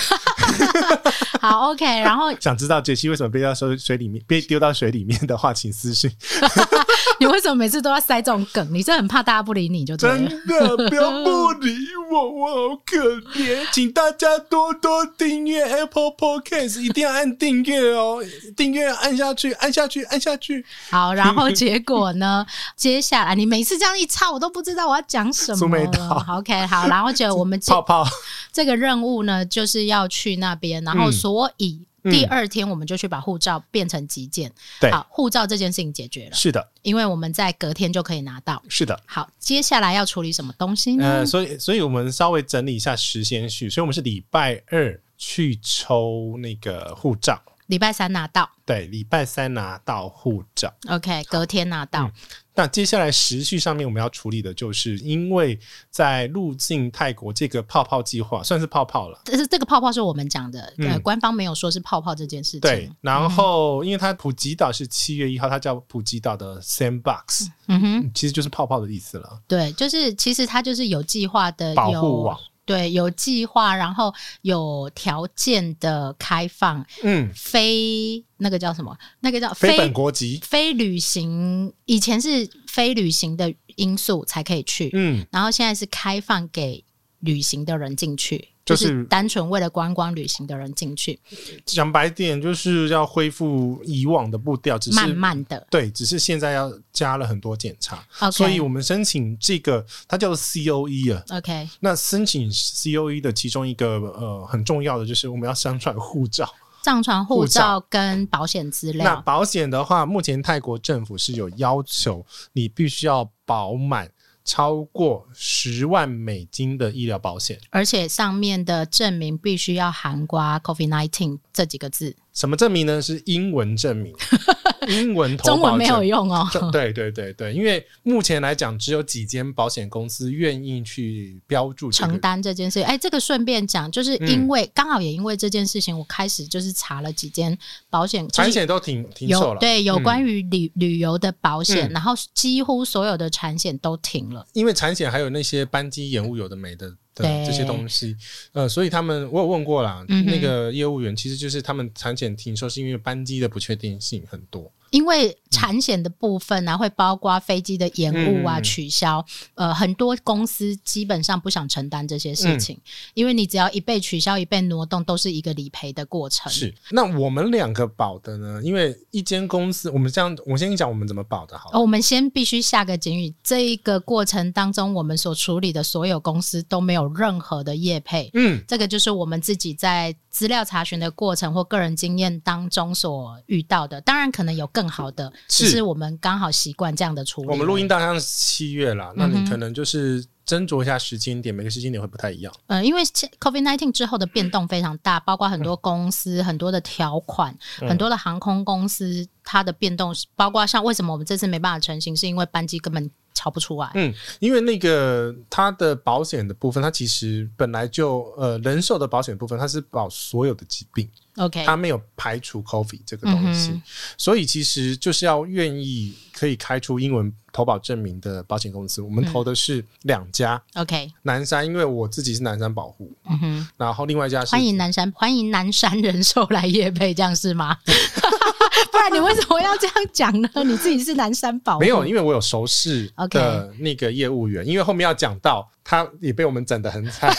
Speaker 2: 好，OK。然后
Speaker 3: 想知道杰西为什么被掉水水里面被丢到水里面的话，请私信。
Speaker 2: 你为什么每次都要塞这种梗？你是很怕大家不理你就对
Speaker 3: 真
Speaker 2: 了。
Speaker 3: 的不要不理我，我好可怜，请大家多多订阅 Apple Podcast，一定要按订阅哦，订阅按下去，按下去，按下去，
Speaker 2: 好，然后结 果呢？接下来你每次这样一唱，我都不知道我要讲什
Speaker 3: 苏
Speaker 2: 么
Speaker 3: 梅
Speaker 2: 了。
Speaker 3: 岛
Speaker 2: 好 OK，好，然后就 我们这
Speaker 3: 泡泡，
Speaker 2: 这个任务呢，就是要去那边，然后
Speaker 3: 嗯
Speaker 2: 所以。
Speaker 3: 嗯
Speaker 2: 第二天我们就去把护照变成急件，
Speaker 3: 对
Speaker 2: 好，护照这件事情解决了，
Speaker 3: 是的，
Speaker 2: 因为我们在隔天就可以拿到。
Speaker 3: 是的。
Speaker 2: 好，接下来要处理什么东西呢？
Speaker 3: 呃，所以，所以我们稍微整理一下时间序，所以我们是礼拜二去抽那个护照，
Speaker 2: 礼拜三拿到
Speaker 3: 对，礼拜三拿到护照。
Speaker 2: ，OK，隔天拿
Speaker 3: 嗯
Speaker 2: 到，
Speaker 3: 那接下来时序上面我们要处理的就是，因为在入境泰国这个泡泡计划算是泡泡了，
Speaker 2: 这是这个泡泡是我们讲的，呃，
Speaker 3: 嗯
Speaker 2: 官方没有说是泡泡这件事情。
Speaker 3: 对。然后，因为它普吉岛是七月一号，它叫普吉岛的 Sandbox，、
Speaker 2: 嗯哼，
Speaker 3: 其实就是泡泡的意思了，
Speaker 2: 对，就是其实它就是有计划的
Speaker 3: 保护
Speaker 2: 有
Speaker 3: 网。
Speaker 2: 对，有计划，然后有条件的开放，
Speaker 3: 嗯，
Speaker 2: 非那个叫什么？那个叫
Speaker 3: 非本国籍，
Speaker 2: 非旅行，以前是非旅行的因素才可以去，
Speaker 3: 嗯，
Speaker 2: 然后现在是开放给旅行的人进去，
Speaker 3: 就
Speaker 2: 就
Speaker 3: 是
Speaker 2: 是单纯为了观光旅行的人进去，
Speaker 3: 讲白点就是要恢复以往的步调，只是
Speaker 2: 慢慢的
Speaker 3: 对，只是现在要加了很多检查所以
Speaker 2: ，OK
Speaker 3: 我们申请这个它叫做 COE 啊。
Speaker 2: OK，
Speaker 3: 那申请 COE 的其中一个呃很重要的就是我们要上传护照。
Speaker 2: 上传护
Speaker 3: 护
Speaker 2: 照跟保险资
Speaker 3: 那
Speaker 2: 料，
Speaker 3: 保险的话，目前泰国政府是有要求你必须要保满超过十万美金的医疗保险。
Speaker 2: 而且上面的证明必须要含瓜 COVID nineteen 这几个字，
Speaker 3: 什么证明呢？是英文证 明，英文投保
Speaker 2: 中文没有
Speaker 3: 证
Speaker 2: 用哦。
Speaker 3: 这 对对对对，因为目前来讲，只有几间保险公司愿意去标注、这个、
Speaker 2: 承担这件事，哎、这个顺便讲，就是
Speaker 3: 嗯
Speaker 2: 因为刚、好也因为这件事情，我开始就是查了几间保险，就是
Speaker 3: 产险都停停售
Speaker 2: 有
Speaker 3: 了。
Speaker 2: 对有
Speaker 3: 嗯
Speaker 2: 关于旅、旅游的保险，
Speaker 3: 嗯
Speaker 2: 然后几乎所有的产险都停了。
Speaker 3: 因为产险还有那些班机延误有的没的的
Speaker 2: 对
Speaker 3: 这些东西，呃，所以他们我有问过啦，
Speaker 2: 嗯哼
Speaker 3: 那个业务员其实就是他们产险停售是因为班机的不确定性很多，
Speaker 2: 因为产险的部分呢、会包括飞机的延误啊、
Speaker 3: 嗯
Speaker 2: 取消，呃，很多公司基本上不想承担这些事情，
Speaker 3: 嗯
Speaker 2: 因为你只要一被取消、一被挪动，都是一个理赔的过程。
Speaker 3: 是。那我们两个保的呢？因为一间公司，我们这样，我先讲我们怎么保的好了。
Speaker 2: 哦，我们先必须下个警语，这一个过程当中，我们所处理的所有公司都没有任何的业配，
Speaker 3: 嗯，
Speaker 2: 这个就是我们自己在资料查询的过程或个人经验当中所遇到的。当然，可能有更好的，
Speaker 3: 是
Speaker 2: 只是我们刚好习惯这样的处理。
Speaker 3: 我们录音，到像七月啦，那
Speaker 2: 嗯
Speaker 3: 你
Speaker 2: 哼
Speaker 3: 可能就是斟酌一下时间点，每个时间点会不太一样。
Speaker 2: 嗯、因为 COVID nineteen 之后的变动非常大，包括很多公司、很多的条款、
Speaker 3: 嗯
Speaker 2: 很多的航空公司，它的变动，包括像为什么我们这次没办法成型，是因为班机根本瞧不出来。
Speaker 3: 嗯，因为那个它的保险的部分，它其实本来就呃人寿的保险部分，它是保所有的疾病。
Speaker 2: OK，
Speaker 3: 他没有排除 COVID 这个东西，
Speaker 2: 嗯哼
Speaker 3: 所以其实就是要愿意可以开出英文投保证明的保险公司。我们
Speaker 2: 嗯
Speaker 3: 投的是两家，
Speaker 2: OK，
Speaker 3: 南山，因为我自己是南山保护，
Speaker 2: 嗯哼。
Speaker 3: 然后另外一家是
Speaker 2: 欢迎南山，欢迎南山人寿来夜配，这样是吗？
Speaker 3: 嗯
Speaker 2: 不然你为什么要这样讲呢？你自己是南山宝，
Speaker 3: 没有，因为我有熟识
Speaker 2: OK
Speaker 3: 的那个业务员，因为后面要讲到他也被我们整得很 惨。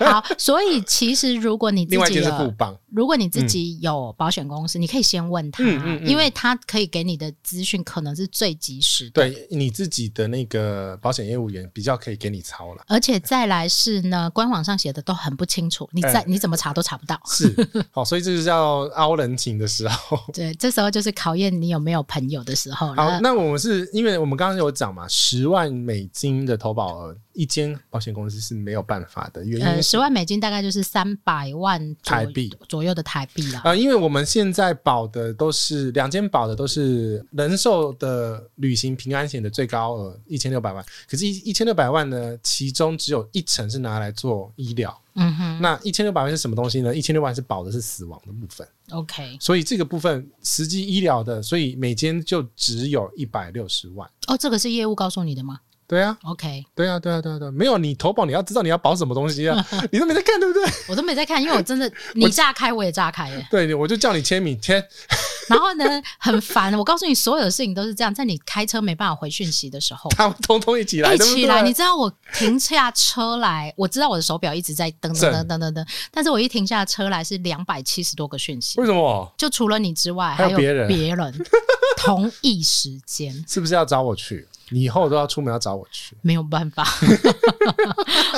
Speaker 2: 好，所以其实如果你自
Speaker 3: 另外一
Speaker 2: 己
Speaker 3: 间是富
Speaker 2: 有，
Speaker 3: 邦，
Speaker 2: 如果你自己有保险公司，你可以先问他，
Speaker 3: 嗯嗯嗯
Speaker 2: 因为他可以给你的资讯可能是最及时的。
Speaker 3: 对你自己的那个保险业务员比较可以给你操了。
Speaker 2: 而且再来是呢，官网上写的都很不清楚，你在、
Speaker 3: 哎
Speaker 2: 你怎么查都查不到。
Speaker 3: 是，好，所以这就是要凹人情的时候。
Speaker 2: 对，这时候就是考验你有没有朋友的时候
Speaker 3: 好，
Speaker 2: 了。呃
Speaker 3: 那我们是因为我们刚刚有讲嘛，十万美金的投保额，一间保险公司是没有办法的，原
Speaker 2: 呃，
Speaker 3: 因是
Speaker 2: 十万美金大概就是三百万左
Speaker 3: 台币
Speaker 2: 左右的台币啦。
Speaker 3: 呃，因为我们现在保的都是两间保的都是人寿的旅行平安险的最高额一千六百万，可是，一一千六百万呢，其中只有一成是拿来做医疗。
Speaker 2: 嗯哼
Speaker 3: 那一千六百万是什么东西呢？一千六百万是保的是死亡的部分，
Speaker 2: ，OK。
Speaker 3: 所以这个部分实际医疗的，所以每间就只有一百六十万。
Speaker 2: 哦，这个是业务告诉你的吗？
Speaker 3: 对啊，
Speaker 2: OK，
Speaker 3: 对啊，对啊，对啊，对啊，没有你投保，你要知道你要保什么东西 啊，你都没在看，对不对？
Speaker 2: 我都没在看，因为我 真的你炸开我也炸开耶。
Speaker 3: 对，我就叫你签名签，
Speaker 2: 然后呢，很烦。我告诉你，所有的事情都是这样，在你开车没办法回讯息的时候。
Speaker 3: 他们通通一起来，
Speaker 2: 一
Speaker 3: 对不
Speaker 2: 起来，你
Speaker 3: 对？
Speaker 2: 知道我停下车来，我知道我的手表一直在噔噔噔噔噔噔，但是我一停下车来是两百七十多个讯息，
Speaker 3: 为什么？
Speaker 2: 就除了你之外，
Speaker 3: 还有
Speaker 2: 有
Speaker 3: 别人
Speaker 2: 别人同一时间，
Speaker 3: 是不是要找我去？你以后都要出门要找我去。
Speaker 2: 没有办 法。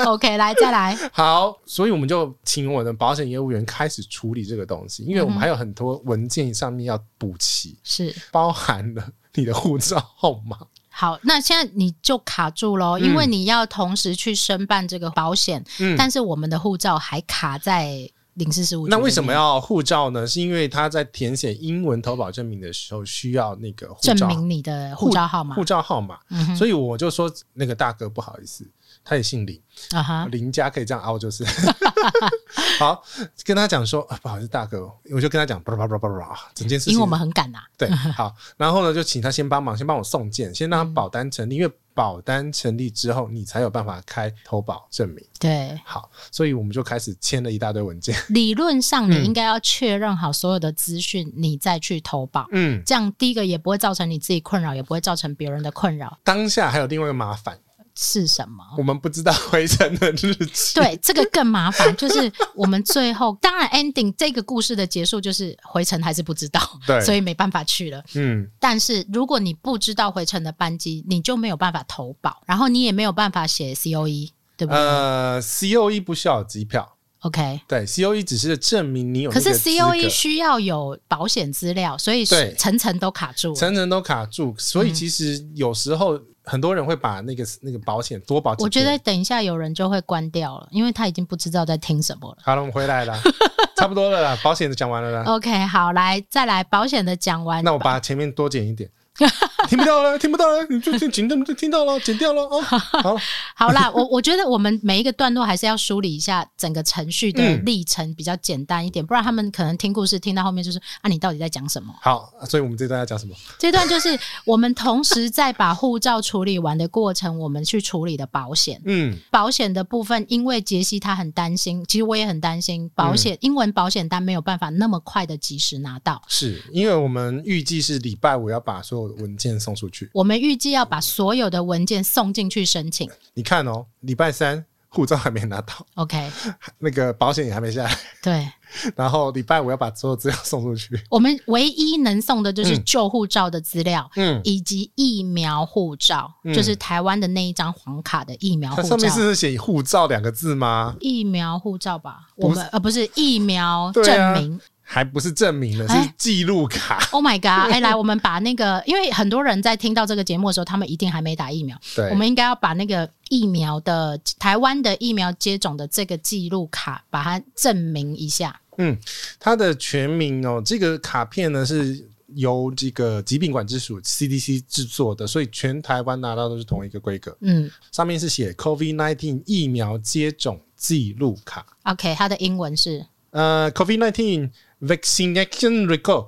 Speaker 2: OK，来再来，
Speaker 3: 好，所以我们就请我的保险业务员开始处理这个东西，因为我们还有很多文件上面要补齐，
Speaker 2: 是
Speaker 3: 包含了你的护照号码。
Speaker 2: 好，那现在你就卡住喽，因为你要同时去申办这个保险，
Speaker 3: 嗯，
Speaker 2: 但是我们的护照还卡在领事事务。
Speaker 3: 那为什么？要护照呢？是因为他在填写英文投保证明的时候需要那个护
Speaker 2: 证
Speaker 3: 照
Speaker 2: 明你的护照号码
Speaker 3: 护？照号码，
Speaker 2: 嗯哼，
Speaker 3: 所以我就说那个大哥不好意思，他也姓林，
Speaker 2: 啊哈，
Speaker 3: 林家可以这样凹，就是 好跟他讲说、啊不好意思，大哥，我就跟他讲，叭叭叭叭叭，整件事情，
Speaker 2: 因为我们很赶啊呐、
Speaker 3: 对好，然后呢就请他先帮忙，先帮我送件，先让他保单成立，因为保单成立之后，你才有办法开投保证明。
Speaker 2: 对，
Speaker 3: 好，所以我们就开始签了一大堆文件，
Speaker 2: 理论上你
Speaker 3: 嗯
Speaker 2: 应该要确认好所有的资讯，你再去投保。
Speaker 3: 嗯，
Speaker 2: 这样第一个也不会造成你自己困扰，也不会造成别人的困扰。
Speaker 3: 当下还有另外一个麻烦，
Speaker 2: 是什么？
Speaker 3: 我们不知道回程的日期。
Speaker 2: 对，这个更麻烦，就是我们最后当然 ending 这个故事的结束就是回程还是不知道，
Speaker 3: 对
Speaker 2: 所以没办法去了。
Speaker 3: 嗯，
Speaker 2: 但是如果你不知道回程的班机，你就没有办法投保，然后你也没有办法写 COE，对不对、
Speaker 3: 呃，COE 不需要有机票，
Speaker 2: o k 对
Speaker 3: 对，COE 只是证明你有
Speaker 2: 可
Speaker 3: 那个
Speaker 2: 是 E
Speaker 3: 资
Speaker 2: COE
Speaker 3: 格
Speaker 2: 需要有保险资料，所以
Speaker 3: 对
Speaker 2: 层层都卡住了。
Speaker 3: 层层都卡住，所
Speaker 2: 嗯
Speaker 3: 以其实有时候很多人会把那个那个保险多保几天。
Speaker 2: 我觉得等一下有人就会关掉了，因为他已经不知道在听什么了。
Speaker 3: 好了，我们回来 了，差不多了啦，保险的讲完了啦。
Speaker 2: OK，好，来再来保险的讲哦完，
Speaker 3: 啊那我把前面多剪一点，听不到了，听不到了，你就听听听听到了，剪掉了 哦。好了，
Speaker 2: 好啦，我我觉得我们每一个段落还是要梳理一下整个程序的
Speaker 3: 嗯
Speaker 2: 历程，比较简单一点，不然他们可能听故事听到后面就是啊，你到底在讲什么？
Speaker 3: 好，所以我们这段要讲什么？
Speaker 2: 这段就是我们同时在把护照处理完的过程，我们去处理的保险。
Speaker 3: 嗯，
Speaker 2: 保险的部分，因为杰西他很担心，其实我也很担心，保险、
Speaker 3: 嗯
Speaker 2: 英文保险单没有办法那么快的及时拿到。
Speaker 3: 是因为我们预计是礼拜五要把所有文件送出去。
Speaker 2: 我们预计要把所有的文件送进去申请。
Speaker 3: 你看哦，礼拜三护照还没拿到，
Speaker 2: OK，
Speaker 3: 那个保险也还没下来，
Speaker 2: 对
Speaker 3: 然后礼拜五要把所有资料送出去。
Speaker 2: 我们唯一能送的就是
Speaker 3: 嗯
Speaker 2: 旧护照的资料。
Speaker 3: 嗯，
Speaker 2: 以及疫苗护照，
Speaker 3: 嗯
Speaker 2: 就是台湾的那一张黄卡的疫啊苗护
Speaker 3: 它
Speaker 2: 照
Speaker 3: 上。面是写护照两个字吗？
Speaker 2: 疫苗护照吧，
Speaker 3: 不
Speaker 2: 我
Speaker 3: 是
Speaker 2: 们呃不是疫苗
Speaker 3: 对啊
Speaker 2: 证明。
Speaker 3: 还不是证明了，是
Speaker 2: 哎
Speaker 3: 记录卡。
Speaker 2: Oh my god！哎，来，我们把那个，因为很多人在听到这个节目的时候，他们一定还没打疫苗，
Speaker 3: 对，
Speaker 2: 我们应该要把那个疫苗的台湾的疫苗接种的这个记录卡，把它证明一下。
Speaker 3: 它的全名哦，这个卡片呢是由这个疾病管制署 CDC 制作的，所以全台湾拿到都是同一个规格。
Speaker 2: 嗯
Speaker 3: 上面是写 COVID-19 疫苗接种记录卡，
Speaker 2: ，OK，它的英文是
Speaker 3: 呃，COVID-19 vaccination record。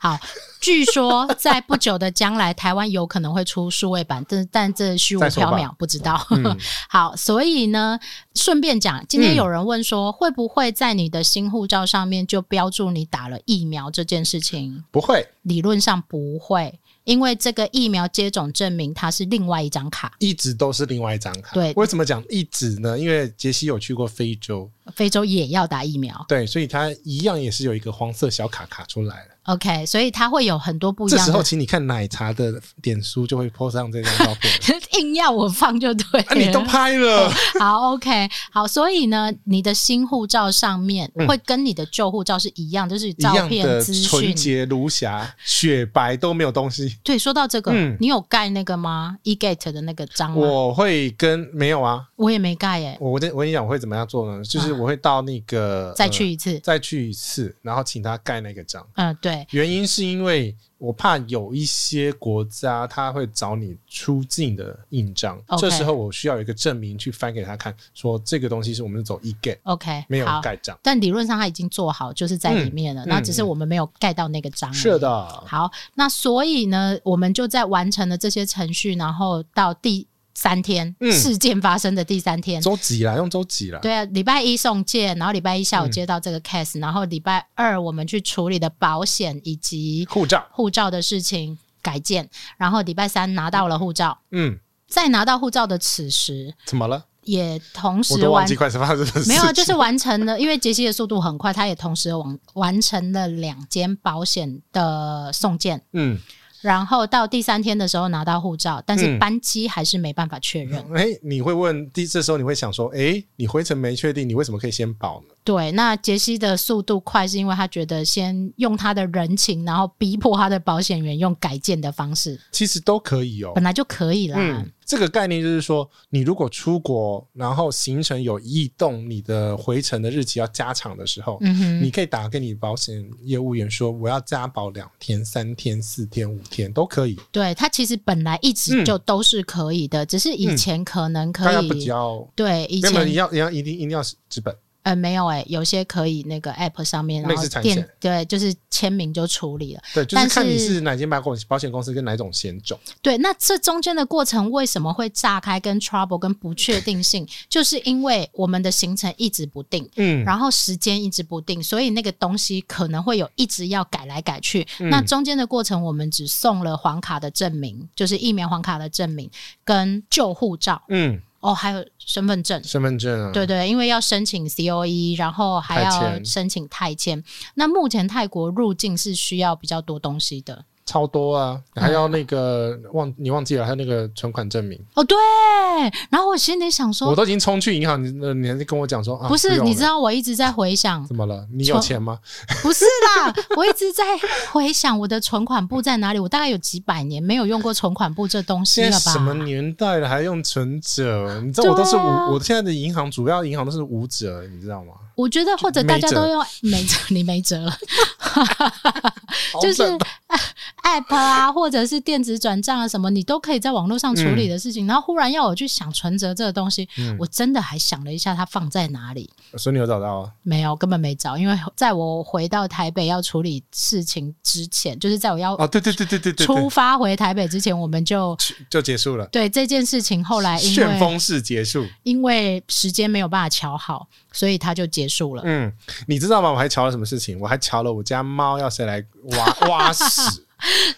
Speaker 2: 好。据说在不久的将来，台湾有可能会出数位版，但但这虚无
Speaker 3: 再说吧
Speaker 2: 缥缈，不知道。
Speaker 3: 嗯，
Speaker 2: 好，所以呢，顺便讲，今
Speaker 3: 嗯
Speaker 2: 天有人问说，会不会在你的新护照上面就标注你打了疫苗这件事情？
Speaker 3: 不会，
Speaker 2: 理论上不会，因为这个疫苗接种证明它是另外一张卡。
Speaker 3: 一直都是另外一张卡。
Speaker 2: 对
Speaker 3: 为什么讲一直呢？因为杰西有去过非洲，
Speaker 2: 非洲也要打疫苗
Speaker 3: 对，所以他一样也是有一个黄色小卡卡出来了。
Speaker 2: ，OK，所以它会有很多不一
Speaker 3: 这
Speaker 2: 样
Speaker 3: 时
Speaker 2: 的
Speaker 3: 候，。请你看奶茶的脸书就会 po 上这张照 片。
Speaker 2: 硬要我放就对了、
Speaker 3: 啊，你都拍了，
Speaker 2: 好 OK 好，所以呢，你的新护照上面会跟你的旧护照是一样，就是
Speaker 3: 嗯一样
Speaker 2: 照
Speaker 3: 的
Speaker 2: 片资
Speaker 3: 纯
Speaker 2: 讯
Speaker 3: 洁如霞、雪白都没有东西。
Speaker 2: 对，说到这个，
Speaker 3: 嗯
Speaker 2: 你有盖那个吗？eGate 的那个章吗？
Speaker 3: 我会跟没有啊，
Speaker 2: 我也没盖耶、
Speaker 3: 我我跟我跟你讲我会怎么样做呢？就是我会到那个
Speaker 2: 啊再
Speaker 3: 呃
Speaker 2: 去一次。
Speaker 3: 再去一次，然后请他盖那个章。
Speaker 2: 嗯、对，
Speaker 3: 原因是因为我怕有一些国家他会找你出境的印章
Speaker 2: OK
Speaker 3: 这时候我需要有一个证明去翻给他看，说这个东西是我们走 e g a t
Speaker 2: OK，
Speaker 3: 没有
Speaker 2: 好。
Speaker 3: 盖章。
Speaker 2: 但理论上他已经做好，就是在里面了，
Speaker 3: 嗯
Speaker 2: 那、只是我们没有盖到那个章。
Speaker 3: 是。的，
Speaker 2: 好，那所以呢，我们就在完成了这些程序，然后到第三天、
Speaker 3: 嗯
Speaker 2: 事件发生的第三天，
Speaker 3: 周几啦，用周几啦。
Speaker 2: 对啊，礼拜一送件，然后礼拜一下午
Speaker 3: 嗯
Speaker 2: 接到这个 case，、然后礼拜二我们去处理的保险以及
Speaker 3: 护照，
Speaker 2: 护照的事情改建，然后礼拜三拿到了护照，
Speaker 3: 嗯，
Speaker 2: 在拿到护照的此时，
Speaker 3: 怎么了？
Speaker 2: 也同
Speaker 3: 我
Speaker 2: 时
Speaker 3: 都忘
Speaker 2: 完
Speaker 3: 记快发生的事情。
Speaker 2: 没有啊，就是完成了，因为杰西的速度很快，他也同时完完成了两间保险的送件，
Speaker 3: 嗯，
Speaker 2: 然后到第三天的时候拿到护照，但是
Speaker 3: 嗯
Speaker 2: 班机还是没办法确认。
Speaker 3: 哎、你会问，第这时候你会想说，哎、你回程没确定，你为什么可以先保呢？
Speaker 2: 对，那杰西的速度快是因为他觉得先用他的人情，然后逼迫他的保险员用改建的方式，
Speaker 3: 其实都可以哦
Speaker 2: 本。来就可以啦。
Speaker 3: 嗯，这个概念就是说，你如果出国，然后行程有异动，你的回程的日期要加长的时候，
Speaker 2: 嗯
Speaker 3: 你
Speaker 2: 哼，
Speaker 3: 可以打给你保险业务员说，我要加保两天、三天、四天、五天都可以，
Speaker 2: 对他其实本来一直就都是可以的，只是以前可能
Speaker 3: 嗯大
Speaker 2: 可
Speaker 3: 家不啊只
Speaker 2: 以。
Speaker 3: 要。
Speaker 2: 对，以
Speaker 3: 那么你
Speaker 2: 前
Speaker 3: 要你要一定一定要纸本，
Speaker 2: 呃没有哎、有些可以那个 app 上面，
Speaker 3: 类
Speaker 2: 然后
Speaker 3: 似产
Speaker 2: 电
Speaker 3: 险
Speaker 2: 对，就是签名就处理了。
Speaker 3: 对，就
Speaker 2: 但
Speaker 3: 是看你
Speaker 2: 是
Speaker 3: 是哪间保险保险公司跟哪种险种。
Speaker 2: 对，那这中间的过程为什么会炸开、跟 trouble、跟不确定性， 就是因为我们的行程一直不定，
Speaker 3: 嗯，
Speaker 2: 然后时间一直不定，所以那个东西可能会有一直要改来改去。
Speaker 3: 嗯
Speaker 2: 那中间的过程，我们只送了黄卡的证明，就是疫苗黄卡的证明跟旧护照
Speaker 3: 嗯，
Speaker 2: 哦，还有身份证。
Speaker 3: 身份证啊，
Speaker 2: 对对，因为要申请 COE，然后还
Speaker 3: 泰
Speaker 2: 要
Speaker 3: 签
Speaker 2: 申请泰签。那目前泰国入境是需要比较多东西的
Speaker 3: 超多啊，
Speaker 2: 嗯
Speaker 3: 还要那个忘你忘记了，还有那个存款证明，
Speaker 2: 哦。对，然后我心里想说
Speaker 3: 我，都已经冲去银行，你呃你还在跟我讲说啊，
Speaker 2: 不是，
Speaker 3: 用
Speaker 2: 你
Speaker 3: 了
Speaker 2: 知道我一直在回想，
Speaker 3: 怎么了？你有
Speaker 2: 存
Speaker 3: 钱吗？
Speaker 2: 不是啦，我一直在回想我的存款簿在哪里。我大概有几百年没有用过存款簿这东西
Speaker 3: 现
Speaker 2: 了
Speaker 3: 在
Speaker 2: 吧？
Speaker 3: 什么年代了，还用存折？你知道我都是无，
Speaker 2: 对啊
Speaker 3: 我现在的银行主要银行都是无折，你知道吗？
Speaker 2: 我觉得或者大家都用没辙，你没辙了， 就是
Speaker 3: 好冷
Speaker 2: app 啊，或者是电子转账啊什么，你都可以在网络上处理的事情。然后忽然要我去想存折这个东西，
Speaker 3: 嗯
Speaker 2: 我真的还想了一下，它放在哪里。
Speaker 3: 所以你有找到啊？
Speaker 2: 没有，根本没找，因为在我回到台北要处理事情之前，就是在我要
Speaker 3: 哦，对对对对对对
Speaker 2: 出
Speaker 3: 对，
Speaker 2: 发回台北之前，我们就
Speaker 3: 就结束了，
Speaker 2: 对这件事情，后来哎因
Speaker 3: 旋
Speaker 2: 为
Speaker 3: 风式结束。
Speaker 2: 因为时间没有办法瞧好，所以它就结束了。
Speaker 3: 嗯，你知道吗？我还瞧了什么事情？我还瞧了我家猫要谁来挖挖屎，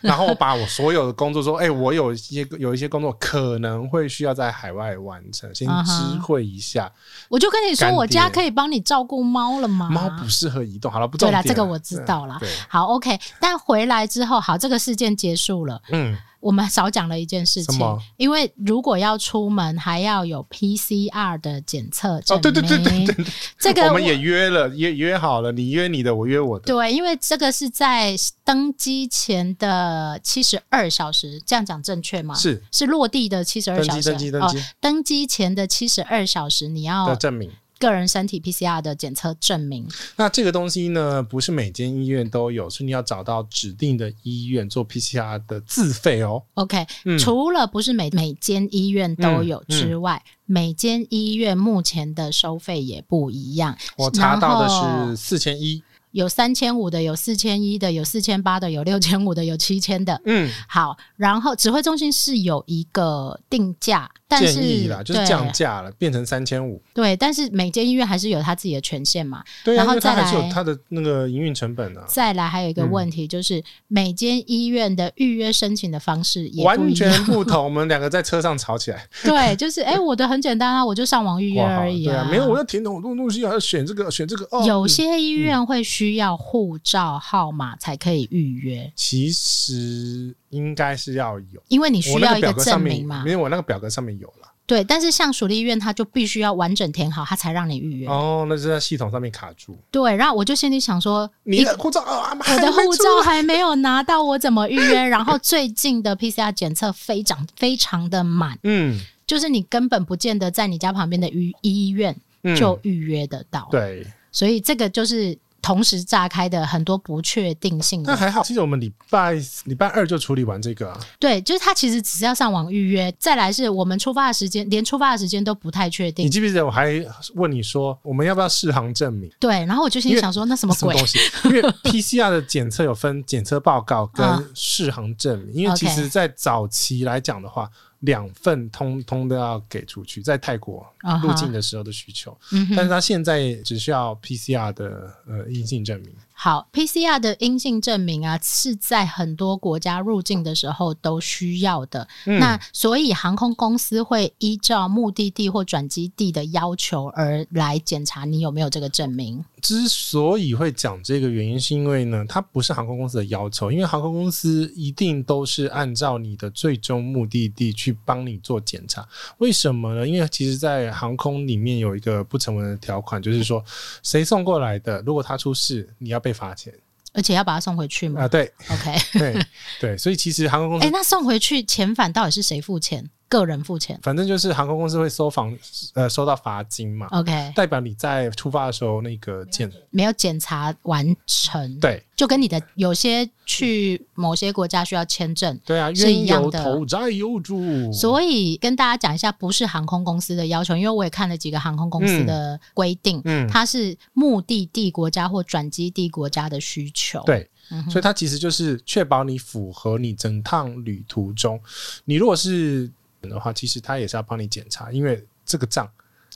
Speaker 3: 然后我把我所有的工作说，哎、我有一些有一些工作可能会需要在海外完成，先
Speaker 2: 嗯哼
Speaker 3: 知会一下。
Speaker 2: 我就跟你说，
Speaker 3: 干爹
Speaker 2: 我家可以帮你照顾猫了吗？
Speaker 3: 猫不适合移动，好了，不重
Speaker 2: 对
Speaker 3: 点
Speaker 2: 啦，
Speaker 3: 了。
Speaker 2: 这个我知道啦。
Speaker 3: 对，
Speaker 2: 好，OK，但回来之后，好，这个事件结束了，
Speaker 3: 嗯，
Speaker 2: 我们少讲了一件事
Speaker 3: 什
Speaker 2: 情
Speaker 3: 么，
Speaker 2: 因为如果要出门，还要有 PCR 的检测证
Speaker 3: 哦，对
Speaker 2: 明。
Speaker 3: 对对对对，
Speaker 2: 这个
Speaker 3: 我们也约了，约约好了，你约你的，我约我的。
Speaker 2: 对，因为这个是在登机前的七十二小时，这样讲正确吗？
Speaker 3: 是
Speaker 2: 是落地的七十啊二
Speaker 3: 登
Speaker 2: 小时，
Speaker 3: 机，登机，登
Speaker 2: 哦
Speaker 3: 机
Speaker 2: 登机前的七十二小时，你
Speaker 3: 的
Speaker 2: 要
Speaker 3: 证明。
Speaker 2: 个人身体 PCR 的检测证明。
Speaker 3: 那这个东西呢，不是每间医院都有，所以你要找到指定的医院做 PCR 的自费哦。
Speaker 2: OK，、
Speaker 3: 嗯，
Speaker 2: 除了不是每每间医院都有之外，
Speaker 3: 嗯
Speaker 2: 每间医院目前的收费也不一样。
Speaker 3: 我查到
Speaker 2: 然
Speaker 3: 的
Speaker 2: 后
Speaker 3: 是四千一。
Speaker 2: 有三千五的，有四千一的，有四千八的，有六千五的，有七千的。
Speaker 3: 嗯，
Speaker 2: 好，然后指挥中心是有一个定价，但是
Speaker 3: 建议啦，就是
Speaker 2: 对
Speaker 3: 降价了，变成三千五。
Speaker 2: 对，但是每间医院还是有他自己的权限嘛。
Speaker 3: 对啊，
Speaker 2: 然
Speaker 3: 因
Speaker 2: 后
Speaker 3: 为它
Speaker 2: 再
Speaker 3: 还是有
Speaker 2: 来
Speaker 3: 它的那个营运成本啊，
Speaker 2: 再来还有一个
Speaker 3: 嗯
Speaker 2: 问题，就是每间医院的预约申请的方式也不
Speaker 3: 完
Speaker 2: 一样。
Speaker 3: 全不同。我们两个在车上吵起 来，
Speaker 2: 对，就是哎、诶我的很简单啊，我就上网预约
Speaker 3: 哇，好
Speaker 2: 而
Speaker 3: 了
Speaker 2: 已
Speaker 3: 对啊，没有，我要填很多东西，还要选这个选这个。哦，
Speaker 2: 有些医院会需要护照号码才可以预约，
Speaker 3: 其实应该是要有。
Speaker 2: 因为你需
Speaker 3: 我那
Speaker 2: 要
Speaker 3: 个
Speaker 2: 一
Speaker 3: 表
Speaker 2: 个
Speaker 3: 格上
Speaker 2: 证
Speaker 3: 面
Speaker 2: 明嘛
Speaker 3: 没。有，我那个表格上面有了。
Speaker 2: 对，但是像属立医院，它就必须要完整填好，它才让你预约。
Speaker 3: 哦，那是在系统上面卡住。
Speaker 2: 对，然后我就心里想说，
Speaker 3: 你的护照啊，我
Speaker 2: 我的护照还没有拿到，我怎么预 约？然后最近的 PCR 检测非常非常的满，
Speaker 3: 嗯
Speaker 2: 就是你根本不见得在你家旁边的医医院
Speaker 3: 嗯
Speaker 2: 就预约得到。，
Speaker 3: 对，
Speaker 2: 所以这个就是同时炸开的很多不确定性
Speaker 3: 那
Speaker 2: 的。
Speaker 3: 还好，其实我们礼拜礼拜二就处理完这个、啊，
Speaker 2: 对，就是它其实只是要上网预约，再来是我们出发的时间，连出发的时间都不太确
Speaker 3: 你
Speaker 2: 定。
Speaker 3: 记不记得我还问你说我们要不要试航证明？
Speaker 2: 对，然后我就心
Speaker 3: 因
Speaker 2: 里
Speaker 3: 为
Speaker 2: 想说，那什么
Speaker 3: 什么
Speaker 2: 鬼？
Speaker 3: 东西？因为 PCR 的检测有分检测报告 跟
Speaker 2: 嗯
Speaker 3: 试航证明，因为
Speaker 2: OK
Speaker 3: 其实在早期来讲的话，两份通通都要给出去，在泰国
Speaker 2: 啊哈
Speaker 3: 入境的时候的需求，
Speaker 2: 嗯哼
Speaker 3: 但是他现在只需要 PCR 的呃阴性证明。
Speaker 2: 好，PCR 的阴性证明啊，是在很多国家入境的时候都需要的。
Speaker 3: 嗯
Speaker 2: 那所以航空公司会依照目的地或转机地的要求而来检查你有没有这个证明。
Speaker 3: 之所以会讲这个原因，是因为呢，它不是航空公司的要求，因为航空公司一定都是按照你的最终目的地去帮你做检查。为什么呢？因为其实，在航空里面有一个不成文的条款，就是说，谁送过来的，如果他出事，你要被罚钱
Speaker 2: 而且要把它送回去
Speaker 3: 啊、
Speaker 2: 吗
Speaker 3: 对
Speaker 2: ？OK，
Speaker 3: 对对，所以其实航空公
Speaker 2: 哎、
Speaker 3: 司。
Speaker 2: 那送回去遣返到底是谁付钱？个人付钱
Speaker 3: 反正就是航空公司会收房，呃，收到罚金嘛，
Speaker 2: ？OK，
Speaker 3: 代表你在出发的时候那个检
Speaker 2: 没有检查完成，
Speaker 3: 对
Speaker 2: 就跟你的有些去某些国家需要签证，
Speaker 3: 对啊，
Speaker 2: 是一
Speaker 3: 冤
Speaker 2: 样
Speaker 3: 有
Speaker 2: 的
Speaker 3: 头债有主，
Speaker 2: 所以跟大家讲一下，不是航空公司的要求，因为我也看了几个航空公司的规定，
Speaker 3: 嗯，
Speaker 2: 它是目的地国家或转机地国家的需求。
Speaker 3: 对，
Speaker 2: 嗯哼，
Speaker 3: 所以它其实就是确保你符合你整趟旅途中，你如果是的话，其实它也是要帮你检查，因为这个账，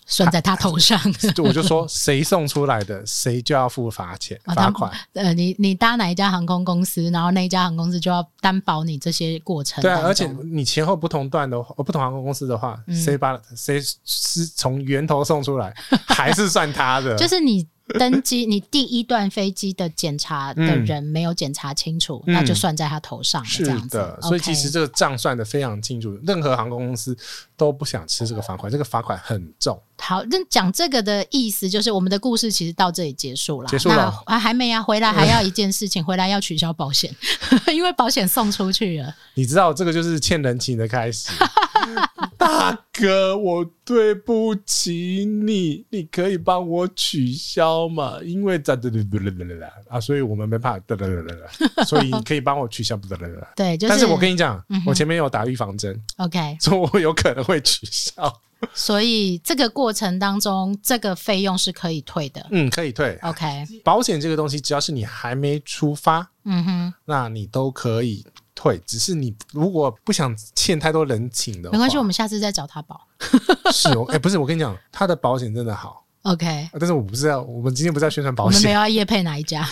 Speaker 2: 算在他头上。
Speaker 3: 就我就说谁送出来的，谁就要付罚钱
Speaker 2: 啊
Speaker 3: 罚
Speaker 2: 他
Speaker 3: 款。
Speaker 2: 呃，你你搭哪一家航空公司，然后那一家航空公司就要担保你这些过程
Speaker 3: 对
Speaker 2: 当
Speaker 3: 啊，
Speaker 2: 中。
Speaker 3: 而且你前后不同段的话，呃不同航空公司的话，
Speaker 2: 嗯
Speaker 3: 谁把谁是从源头送出 来，还是算他的？
Speaker 2: 就是你登机， 你第一段飞机的检查的人没有检查清楚，
Speaker 3: 嗯
Speaker 2: 那就算在他头上了。
Speaker 3: 是
Speaker 2: 这样子
Speaker 3: 的，
Speaker 2: OK
Speaker 3: 所以其实这个账算的非常清楚，任何航空公司都不想吃这个罚款，这个罚款很重。
Speaker 2: 好，那讲这个的意思就是，我们的故事其实到这里结束了。
Speaker 3: 结束了
Speaker 2: 那啊，还没啊，回来还要一件事情，回来要取消保险， 因为保险送出去了。
Speaker 3: 你知道这个就是欠人情的开始。大哥，我对不起你，你可以帮我取消嘛？因为咋哒哒哒哒哒啊，所以我们没办法哒哒哒哒哒，所以你可以帮我取消哒哒哒哒。
Speaker 2: 对，就是。
Speaker 3: 但是我跟你讲
Speaker 2: 嗯，哼
Speaker 3: 我前面有打预防针，
Speaker 2: OK，
Speaker 3: 所以我有可能会取消。
Speaker 2: 所以这个过程当中，这个费用是可以退的。
Speaker 3: 嗯，可以退
Speaker 2: OK，
Speaker 3: 保险这个东西，只要是你还没出发，
Speaker 2: 嗯哼，
Speaker 3: 那你都可以退。只是你如果不想欠太多人情的话，
Speaker 2: 没关系，我们下次再找他保。
Speaker 3: 是 我哎、不是我跟你讲，他的保险真的好。
Speaker 2: OK，
Speaker 3: 啊但是我不是要，我们今天不是要宣传
Speaker 2: 我
Speaker 3: 保
Speaker 2: 们没有
Speaker 3: 险，
Speaker 2: 要业配哪一家。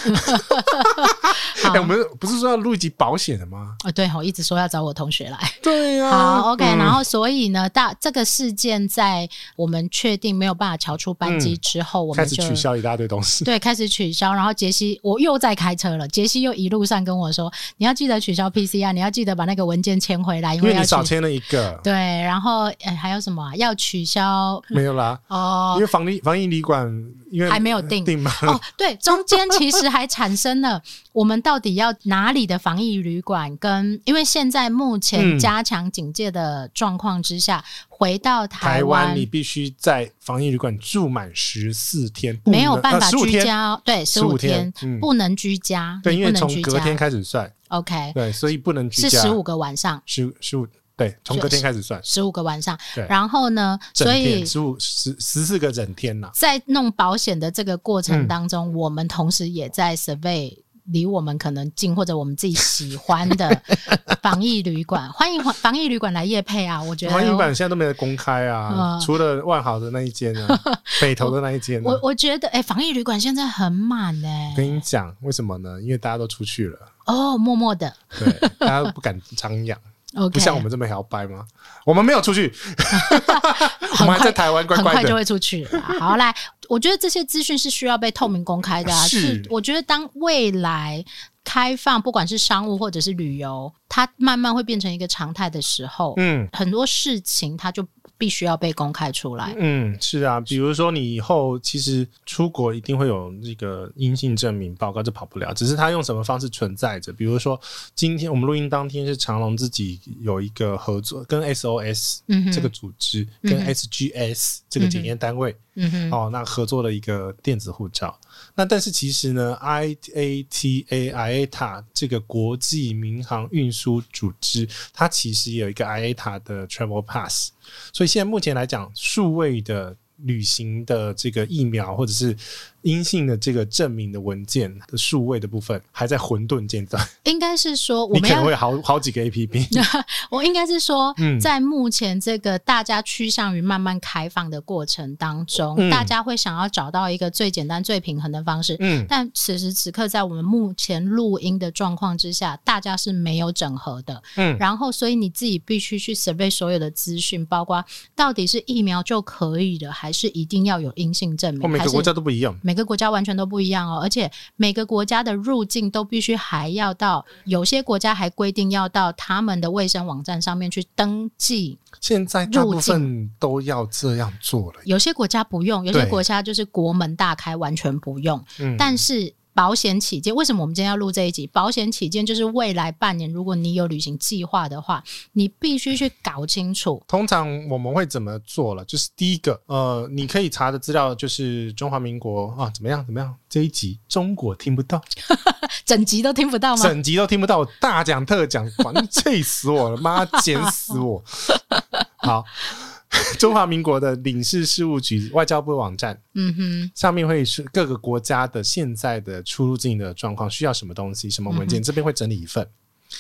Speaker 2: 好
Speaker 3: 哎、我们不是说要录一集保险的吗？
Speaker 2: 哦，对吼，一直说要找我同学来。
Speaker 3: 对呀、
Speaker 2: 好，OK，、
Speaker 3: 嗯
Speaker 2: 然后所以呢，大这个事件在我们确定没有办法调出班机之后，我
Speaker 3: 嗯开
Speaker 2: 们
Speaker 3: 始
Speaker 2: 就
Speaker 3: 取消一大堆东 西。
Speaker 2: 对开始取消，然后杰西我又在开车了，杰西又一路上跟我说，你要记得取消 PCR，你要记得把那个文件签回来，因
Speaker 3: 因为
Speaker 2: 要
Speaker 3: 你少
Speaker 2: 取
Speaker 3: 签了一个，
Speaker 2: 对，然后哎还有什么、啊、要取消
Speaker 3: 没有啦，因
Speaker 2: 哦
Speaker 3: 为防疫防疫旅馆因为
Speaker 2: 还没有定
Speaker 3: 定嘛，
Speaker 2: 哦，对，中间其实还产生了我们到底要哪里的防疫旅馆跟，因为现在目前
Speaker 3: 嗯
Speaker 2: 加强警戒的状况之下，回到台
Speaker 3: 台
Speaker 2: 湾
Speaker 3: 湾你必须在防疫旅馆住满十四天，不呃
Speaker 2: 没有办法
Speaker 3: 十五、15
Speaker 2: 居
Speaker 3: 天。
Speaker 2: 家哦，对，十
Speaker 3: 15
Speaker 2: 五
Speaker 3: 天嗯
Speaker 2: 不能居家，
Speaker 3: 对，
Speaker 2: 你
Speaker 3: 因
Speaker 2: 不
Speaker 3: 为
Speaker 2: 能
Speaker 3: 从
Speaker 2: 居
Speaker 3: 隔
Speaker 2: 家
Speaker 3: 天开始算，
Speaker 2: ，OK，
Speaker 3: 对，所以不能居
Speaker 2: 是
Speaker 3: 家。
Speaker 2: 十五个晚上，
Speaker 3: 十十五，对，从隔天开始算，
Speaker 2: 十五个晚上
Speaker 3: 对，
Speaker 2: 然后呢，
Speaker 3: 整
Speaker 2: 所以
Speaker 3: 天十五十十四个整天呐。
Speaker 2: 在弄保险的这个过程
Speaker 3: 嗯
Speaker 2: 当中，我们同时也在 survey 离我们可能近或者我们自己喜欢 的防疫旅馆，欢迎防疫旅馆来夜配啊！我觉得
Speaker 3: 防疫旅馆现在都没有公开啊，
Speaker 2: 嗯
Speaker 3: 除了万豪的那一间 啊，北投的那一间、啊
Speaker 2: 我。我觉得哎、防疫旅馆现在很满哎、
Speaker 3: 我跟你讲，为什么呢？因为大家都出去了，
Speaker 2: 哦，默默的
Speaker 3: 对， 大家都不敢张扬，
Speaker 2: ，OK，
Speaker 3: 不像我们这么摇摆吗？我们没有出去， 我们还在台湾乖
Speaker 2: 很
Speaker 3: 乖
Speaker 2: 快就
Speaker 3: 的。
Speaker 2: 会出去了啦。好，来，我觉得这些资讯是需要被透明公开的啊。
Speaker 3: 是
Speaker 2: 我觉得当未来开放，不管是商务或者是旅游，它慢慢会变成一个常态的时候，
Speaker 3: 嗯
Speaker 2: 很多事情它就必须要被公开出来。
Speaker 3: 嗯，是啊，比如说你以后其实出国一定会有这个阴性证明报告，这跑不了，只是他用什么方式存在着。比如说今天我们录音当天是长隆自己有一个合作，跟 SOS
Speaker 2: 嗯哼，
Speaker 3: 这个组织
Speaker 2: 嗯
Speaker 3: 跟
Speaker 2: 哼
Speaker 3: SGS 这个检验单位
Speaker 2: 嗯哼，
Speaker 3: 哦，那合作了一个电子护照。那但是其实呢，IATA IATA 这个国际民航运输组织，它其实也有一个 IATA 的 Travel Pass。所以现在目前来讲，数位的旅行的这个疫苗或者是阴性的这个证明的文件的数位的部分，还在混沌阶段。
Speaker 2: 应该是说我
Speaker 3: 你
Speaker 2: 们
Speaker 3: 可能
Speaker 2: 要
Speaker 3: 会有好好几个 APP。
Speaker 2: 我应该是说
Speaker 3: 嗯，
Speaker 2: 在目前这个大家趋向于慢慢开放的过程当中，
Speaker 3: 嗯
Speaker 2: 大家会想要找到一个最简单、最平衡的方式。
Speaker 3: 嗯，
Speaker 2: 但此时此刻，在我们目前录音的状况之下，大家是没有整合的。
Speaker 3: 嗯
Speaker 2: 然后所以你自己必须去 survey 所有的资讯，包括到底是疫苗就可以了，还是一定要有阴性证
Speaker 3: 我
Speaker 2: 明，
Speaker 3: 每
Speaker 2: 还
Speaker 3: 个
Speaker 2: 是
Speaker 3: 国家都不一样。
Speaker 2: 每个国家完全都不一样哦，而且每个国家的入境都必须还要到，有些国家还规定要到他们的卫生网站上面去登记，
Speaker 3: 现在大部分都要这样做了。
Speaker 2: 有些国家不用，有些
Speaker 3: 对
Speaker 2: 国家就是国门大开，完全不用。
Speaker 3: 嗯，
Speaker 2: 但是保险起见，为什么我们今天要录这一集？保险起见，就是未来半年，如果你有旅行计划的话，你必须去搞清楚。
Speaker 3: 通常我们会怎么做了？就是第一个，呃，你可以查的资料就是中华民国啊，怎么样怎么样？这一集中国听不到，
Speaker 2: 整集都听不到哦吗？
Speaker 3: 整集都听不到，我大讲特讲，管气死我了，妈剪死我！好，中华民国的领事事务局外交部网站
Speaker 2: 嗯哼，
Speaker 3: 上面会是各个国家的现在的出入境的状况，需要什么东西、什么文件，这边会整理一份。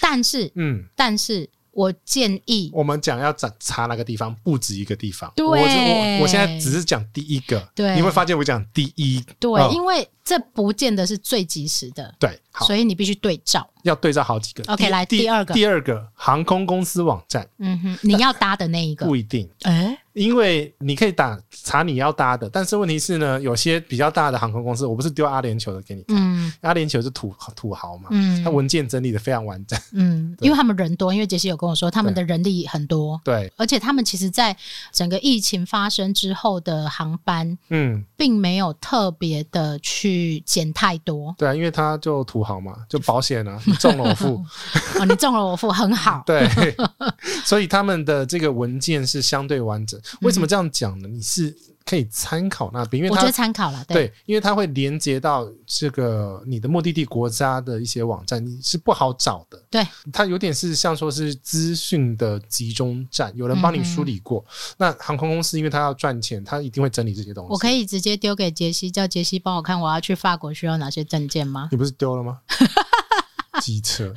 Speaker 2: 但是，
Speaker 3: 嗯，
Speaker 2: 但是我建议，
Speaker 3: 我们讲要查查哪个地方，不止一个地方。
Speaker 2: 对
Speaker 3: 我我我现在只是讲第一个，
Speaker 2: 对
Speaker 3: 你会发现我讲第一，
Speaker 2: 对，
Speaker 3: 嗯
Speaker 2: 因为这不见得是最及时的。
Speaker 3: 对，好
Speaker 2: 所，以你必须对照。
Speaker 3: 要对照好几个。
Speaker 2: OK，来第二个
Speaker 3: 第二个航空公司网站
Speaker 2: 嗯哼，你要搭的那一个
Speaker 3: 不，一定。
Speaker 2: 哎、
Speaker 3: 因为你可以打查你要搭的，但是问题是呢，有些比较大的航空公司，我不是丢阿联酋的给你看，
Speaker 2: 嗯
Speaker 3: 阿联酋是土土豪嘛，
Speaker 2: 嗯
Speaker 3: 他文件整理的非常完整，
Speaker 2: 嗯，
Speaker 3: 对
Speaker 2: 因为他们人多，因为杰西有跟我说，他们的人力很多，
Speaker 3: 对，
Speaker 2: 而且他们其实在整个疫情发生之后的航班，
Speaker 3: 嗯，。
Speaker 2: 并没有特别的去减太多
Speaker 3: 对啊，因为他就土豪嘛，就保险啊，中了我付，
Speaker 2: 哦，你中了我付，很好。
Speaker 3: 对，所以他们的这个文件是相对完整。为什么这样讲呢？你是可以参考那 边，因为
Speaker 2: 嗯我觉得
Speaker 3: 它
Speaker 2: 参考了，对，
Speaker 3: 对，因为它会连接到这个你的目的地国家的一些网站，你是不好找的。
Speaker 2: 对，
Speaker 3: 它有点是像说是资讯的集中站，有人帮你
Speaker 2: 嗯
Speaker 3: 梳理过。那航空公司因为它要赚钱，它一定会整理这些东西。
Speaker 2: 我可以直接丢给杰西，叫杰西帮我看我要去法国需要哪些证件吗？
Speaker 3: 你不是丢了 吗？机车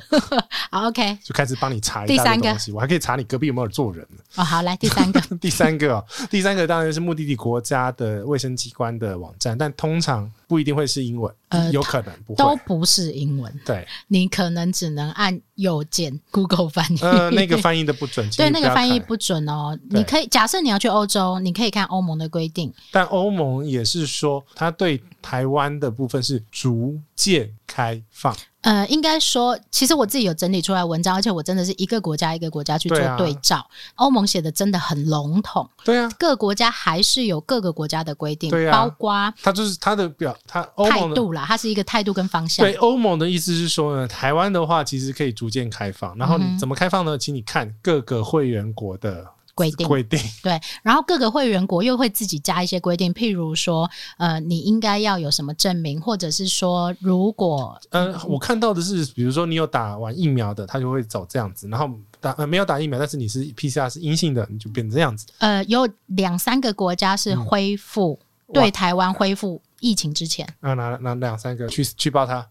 Speaker 2: 好，OK，
Speaker 3: 就开始帮你查一
Speaker 2: 第
Speaker 3: 大堆
Speaker 2: 三个
Speaker 3: 东西，我还可以查你隔壁有没有做人呢。
Speaker 2: 哦，好，来第三 个，
Speaker 3: 第三个、哦，第三个当然是目的地国家的卫生机关的网站，但通常不一定会是英文，
Speaker 2: 呃
Speaker 3: 有可能不
Speaker 2: 都
Speaker 3: 会。
Speaker 2: 不是英文，
Speaker 3: 对，
Speaker 2: 你可能只能按右键 Google 翻译。
Speaker 3: 呃，那个翻译的不准，请
Speaker 2: 对，
Speaker 3: 你
Speaker 2: 那
Speaker 3: 不
Speaker 2: 个
Speaker 3: 要
Speaker 2: 翻译
Speaker 3: 看
Speaker 2: 不准哦。
Speaker 3: 对
Speaker 2: 你可以假设你要去欧洲，你可以看欧盟的规定。
Speaker 3: 但欧盟也是说，它对台湾的部分是逐渐开放。
Speaker 2: 呃，应该说，其实我自己有整理出来文章，而且我真的是一个国家一个国家去做
Speaker 3: 对啊
Speaker 2: 对照。欧盟写的真的很笼统，
Speaker 3: 对啊，
Speaker 2: 各国家还是有各个国家的规定，
Speaker 3: 对啊
Speaker 2: 包括
Speaker 3: 它就是它的表，它欧
Speaker 2: 态
Speaker 3: 盟的
Speaker 2: 度啦，它是一个态度跟方向
Speaker 3: 对。欧盟的意思是说呢，台湾的话其实可以逐渐开放。然后
Speaker 2: 嗯
Speaker 3: 你
Speaker 2: 哼
Speaker 3: 怎么开放呢？请你看各个会员国的
Speaker 2: 规定
Speaker 3: 规定。
Speaker 2: 对，然后各个会员国又会自己加一些规定，譬如说，呃，你应该要有什么证明，或者是说，如果
Speaker 3: 呃，我看到的是，比如说你有打完疫苗的，他就会走这样子；然后打呃没有打疫苗，但是你是 PCR 是阴性的，你就变成这样子。
Speaker 2: 呃，有两三个国家是
Speaker 3: 嗯
Speaker 2: 恢复、对台湾恢复疫情之前，
Speaker 3: 然后拿拿两三个去去报他，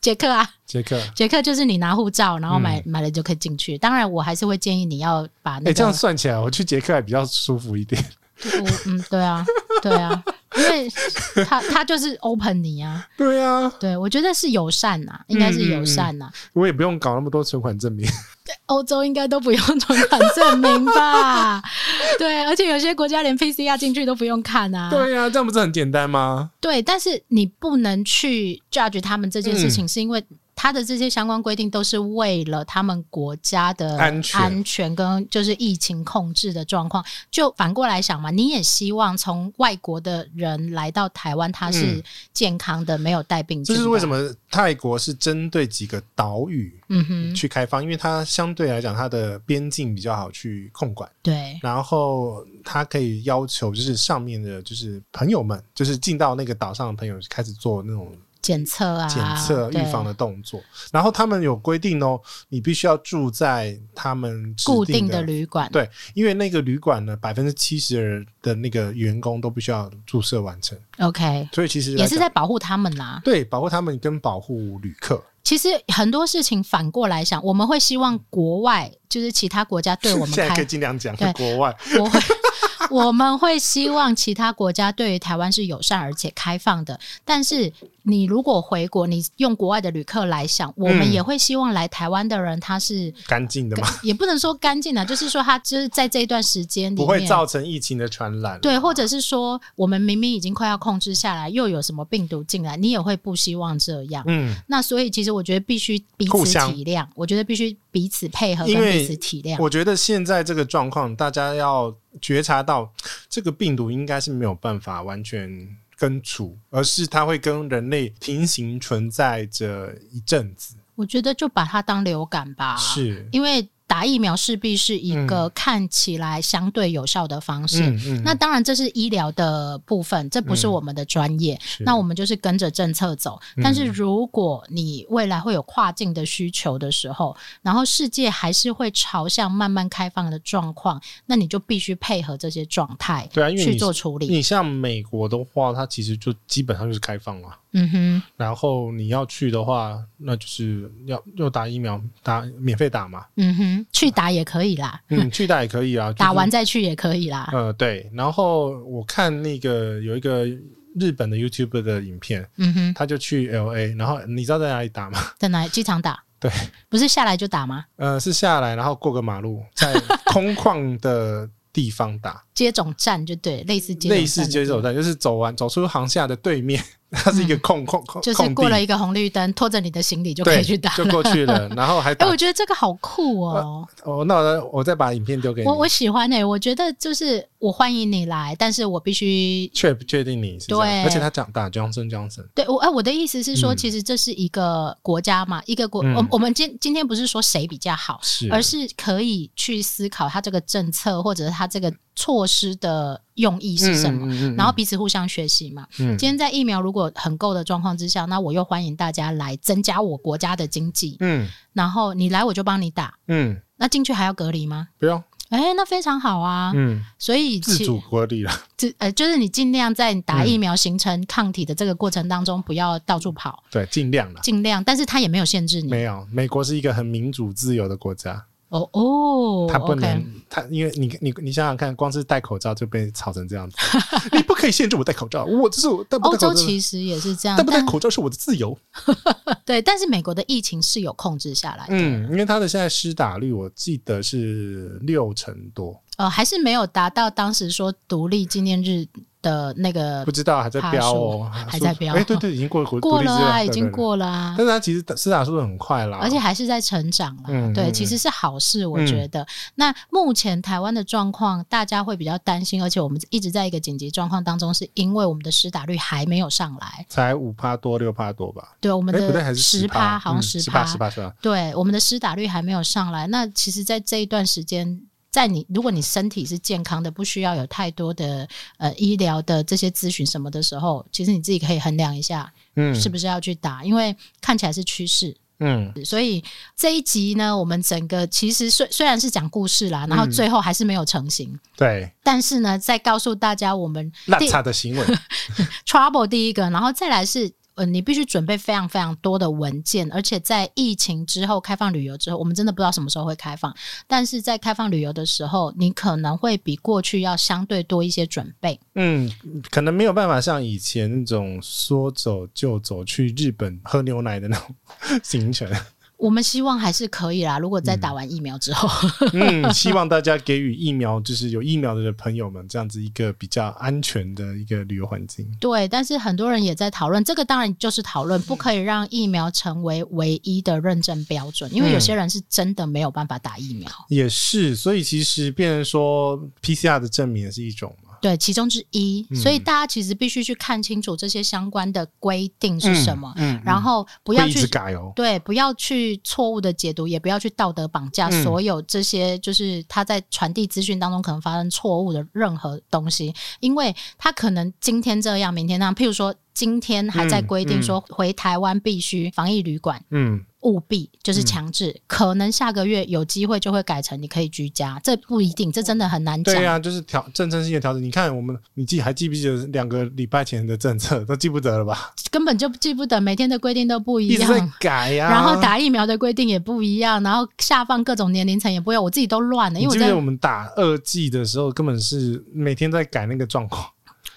Speaker 2: 捷克啊，
Speaker 3: 杰克。
Speaker 2: 捷克就是你拿护照，然后买、
Speaker 3: 嗯
Speaker 2: 买了就可以进去。当然，我还是会建议你要把
Speaker 3: 哎、
Speaker 2: 那
Speaker 3: 这
Speaker 2: 个，
Speaker 3: 样算起来，我去捷克还比较舒服一点。
Speaker 2: 我嗯，对啊，对啊，因为他他就是 open 你啊，
Speaker 3: 对啊，
Speaker 2: 对我觉得是友善呐、应该
Speaker 3: 嗯
Speaker 2: 是友善呐、
Speaker 3: 我也不用搞那么多存款证明。
Speaker 2: 欧洲应该都不用存款证明吧？ 对，而且有些国家连 PCR 进去都不用看啊。嗯
Speaker 3: 对呀、这样不是很简单吗？嗯
Speaker 2: 对，但是你不能去 judge 他们这件事情，是因为它的这些相关规定都是为了他们国家的
Speaker 3: 安全
Speaker 2: 安全跟就是疫情控制的状况。就反过来想嘛，你也希望从外国的人来到台湾，他是
Speaker 3: 嗯
Speaker 2: 健康的，没有带病
Speaker 3: 这
Speaker 2: 菌。
Speaker 3: 是为什？么泰国是针对几个岛屿
Speaker 2: 嗯哼，
Speaker 3: 去开放，因为它相对来讲它的边境比较好去控管，
Speaker 2: 对，
Speaker 3: 然后它可以要求就是上面的就是朋友们，就是进到那个岛上的朋友开始做那种
Speaker 2: 检测啊，
Speaker 3: 检测
Speaker 2: 对
Speaker 3: 预防的动作，然后他们有规定哦，你必须要住在他们指
Speaker 2: 固
Speaker 3: 定
Speaker 2: 定的旅馆，
Speaker 3: 对，因为那个旅馆呢，百分之七十的那个员工都必须要注册完成，
Speaker 2: ，OK，
Speaker 3: 所以其实来
Speaker 2: 也是
Speaker 3: 讲
Speaker 2: 在保护他们啦。
Speaker 3: 对保护他们跟保护旅客。
Speaker 2: 其实很多事情反过来想，我们会希望国外就是其他国家对我们
Speaker 3: 现在可以
Speaker 2: 开，
Speaker 3: 尽量讲
Speaker 2: 对
Speaker 3: 国外，
Speaker 2: 我会。我们会希望其他国家对于台湾是友善而且开放的，但是你如果回国，你用国外的旅客来想，我们
Speaker 3: 嗯
Speaker 2: 也会希望来台湾的人他是，
Speaker 3: 干净的嘛，
Speaker 2: 也不能说干净啊，就是说他就是在这一段时间里
Speaker 3: 不会
Speaker 2: 面，
Speaker 3: 造成疫情的传染。
Speaker 2: 对，或者是说我们明明已经快要控制下来，又有什么病毒进来，你也会不希望这样。
Speaker 3: 嗯，
Speaker 2: 那所以其实我觉得必须彼
Speaker 3: 互
Speaker 2: 此
Speaker 3: 相
Speaker 2: 体谅，我觉得必须彼此配合
Speaker 3: 因
Speaker 2: 跟
Speaker 3: 为
Speaker 2: 彼此体谅。
Speaker 3: 我觉得现在这个状况，大家要觉察到这个病毒应该是没有办法完全根除，而是它会跟人类平行存在着一阵子。
Speaker 2: 我觉得就把它当流感吧，
Speaker 3: 是，
Speaker 2: 因为打疫苗势必是一个看起来相对有效的方式。
Speaker 3: 嗯嗯
Speaker 2: 那当然，这是医疗的部分，这不是
Speaker 3: 嗯
Speaker 2: 我们的专业。
Speaker 3: 是
Speaker 2: 那我们就是跟着政策走。
Speaker 3: 嗯
Speaker 2: 但是如果你未来会有跨境的需求的时候，然后世界还是会朝向慢慢开放的状况，那你就必须配合这些状态
Speaker 3: 对啊，因为
Speaker 2: 去
Speaker 3: 你
Speaker 2: 做处理。
Speaker 3: 你像美国的话，它其实就基本上就是开放了。
Speaker 2: 嗯哼，
Speaker 3: 然后你要去的话，那就是要要打疫苗，打免费打 嘛，
Speaker 2: 嗯哼，去打也可以啦，
Speaker 3: 嗯，去打也可以啊，就是
Speaker 2: 打完再去也可以啦。
Speaker 3: 呃，对，然后我看那个有一个日本的 YouTube 的影片，
Speaker 2: 嗯哼，
Speaker 3: 他就去 LA，然后你知道在哪里打吗？
Speaker 2: 在哪里机场打？
Speaker 3: 对，
Speaker 2: 不是下来就打吗？
Speaker 3: 呃，是下来然后过个马路， 在空旷的地方打，
Speaker 2: 接种站就对，类似接种站
Speaker 3: 类似接手
Speaker 2: 站，
Speaker 3: 站，就是走完走出航厦的对面，它是一个空空空，
Speaker 2: 嗯就是
Speaker 3: 空
Speaker 2: 过
Speaker 3: 地
Speaker 2: 了一个红绿灯，拖着你的行李就可
Speaker 3: 对
Speaker 2: 以去打
Speaker 3: 就
Speaker 2: 了。
Speaker 3: 过去 了，然后还
Speaker 2: 哎、
Speaker 3: 打
Speaker 2: 我觉得这个好酷哦！
Speaker 3: 哦，那我我再把影片丢给你，
Speaker 2: 我我喜欢哎、我觉得就是我欢迎你来，但是我必须
Speaker 3: 确不确定你是这样
Speaker 2: 对
Speaker 3: 而且他讲打 Johnson Johnson，
Speaker 2: 对我哎、我的意思是说，
Speaker 3: 嗯
Speaker 2: 其实这是一个国家嘛，一个国，
Speaker 3: 嗯
Speaker 2: 我、我们今今天不是说谁比较好，
Speaker 3: 是
Speaker 2: 而是可以去思考它这个政策或者是它这个措施的用意是什么。
Speaker 3: 嗯嗯嗯嗯
Speaker 2: 然后彼此互相学习嘛。
Speaker 3: 嗯
Speaker 2: 今天在疫苗如果很够的状况之下，那我又欢迎大家来增加我国家的经济。
Speaker 3: 嗯
Speaker 2: 然后你来我就帮你打，
Speaker 3: 嗯，
Speaker 2: 那进去还要隔离吗？
Speaker 3: 不用，
Speaker 2: 哎，那非常好啊。
Speaker 3: 嗯，
Speaker 2: 所以
Speaker 3: 自
Speaker 2: 其
Speaker 3: 主嗯隔离了，
Speaker 2: 自呃，就是你尽量在打疫苗形成抗体的这个过程当中，不要到处跑，
Speaker 3: 对，尽量了。
Speaker 2: 尽量。但是它也没有限制你。
Speaker 3: 嗯没有，美国是一个很民主自由的国家，
Speaker 2: 哦哦
Speaker 3: 它不能
Speaker 2: ，OK，，
Speaker 3: 它因为你你你想想看，光是戴口罩就被吵成这样子， 你不可以限制我戴口罩，我这是我戴不
Speaker 2: 欧
Speaker 3: 戴口
Speaker 2: 洲
Speaker 3: 罩，
Speaker 2: 其实也是这样
Speaker 3: 戴，不戴
Speaker 2: 但
Speaker 3: 口罩是我的自由。
Speaker 2: 对，但是美国的疫情是有控制下来的，
Speaker 3: 嗯，因为它的现在施打率我记得是六成多，
Speaker 2: 呃，还是没有达到当时说独立纪念日的那个
Speaker 3: 不知道还在飙哦，
Speaker 2: 爬树还在飙
Speaker 3: 哎，对对，已经过国
Speaker 2: 过了啊，已
Speaker 3: 独立日
Speaker 2: 经
Speaker 3: 对对对
Speaker 2: 过了啊
Speaker 3: 但。是它其实施打速度很快啦，
Speaker 2: 而且还是在成长啦，
Speaker 3: 嗯
Speaker 2: 对，
Speaker 3: 嗯
Speaker 2: 其实是好事，我觉得。那目前台湾的状况，大家会比较担心，而且我们一直在一个紧急状况当中，是因为我们的施打率还没有上来，
Speaker 3: 才五趴多六趴多吧，
Speaker 2: 对，我们
Speaker 3: 哎不对，还
Speaker 2: 的
Speaker 3: 是
Speaker 2: 十
Speaker 3: 趴，嗯
Speaker 2: 好像十
Speaker 3: 十趴十趴十趴，
Speaker 2: 对，我们的施打率还没有上来。那其实，在这一段时间，在你如果你身体是健康的，不需要有太多的呃医疗的这些咨询什么的时候，其实你自己可以衡量一下，
Speaker 3: 嗯，
Speaker 2: 是不是要去打，因为看起来是趋势。
Speaker 3: 嗯，
Speaker 2: 所以这一集呢，我们整个其实虽虽然是讲故事啦，然后最后还是没有成型，
Speaker 3: 对，
Speaker 2: 但是呢，再告诉大家我们
Speaker 3: 邋
Speaker 2: 第
Speaker 3: 遢的行为，
Speaker 2: trouble 第一个，然后再来是。呃，你必须准备非常非常多的文件，而且在疫情之后开放旅游之后，我们真的不知道什么时候会开放。但是在开放旅游的时候，你可能会比过去要相对多一些准备。
Speaker 3: 嗯，可能没有办法像以前那种说走就走去日本喝牛奶的那种 行程。
Speaker 2: 我们希望还是可以啦。如果在打完疫苗之后，
Speaker 3: 嗯，希望大家给予疫苗，就是有疫苗的朋友们，这样子一个比较安全的一个旅游环境。
Speaker 2: 对，但是很多人也在讨论，这个当然就是讨论，不可以让疫苗成为唯一的认证标准，因为有些人是真的没有办法打疫苗。
Speaker 3: 也是，所以其实变成说 PCR 的证明也是一种嘛。
Speaker 2: 对，其中之一，
Speaker 3: 嗯
Speaker 2: 所以大家其实必须去看清楚这些相关的规定是什么，
Speaker 3: 嗯，嗯
Speaker 2: 然后不要
Speaker 3: 会一直
Speaker 2: 去
Speaker 3: 改哦。
Speaker 2: 对，不要去错误的解读，也不要去道德绑架、
Speaker 3: 嗯
Speaker 2: 所有这些，就是他在传递资讯当中可能发生错误的任何东西，因为他可能今天这样，明天那样。譬如说，今天还在
Speaker 3: 嗯
Speaker 2: 规定说回台湾必须防疫旅馆。
Speaker 3: 嗯，
Speaker 2: 务必就是强制，可能下个月有机会就会改成你可以居家，这不一定，这真的很难讲。
Speaker 3: 对呀、就是调政策性的调整。你看我们，你记还记不记得两个礼拜前的政策都记不得了吧？
Speaker 2: 根本就记不得，每天的规定都不一
Speaker 3: 一直在
Speaker 2: 样。
Speaker 3: 改啊呀、
Speaker 2: 然后打疫苗的规定也不一样，然后下放各种年龄层也不一样，我自己都乱了，
Speaker 3: 你
Speaker 2: 因为
Speaker 3: 记不
Speaker 2: 我
Speaker 3: 记
Speaker 2: 在
Speaker 3: 得我们打二季的时候，根本是每天在改那个状况，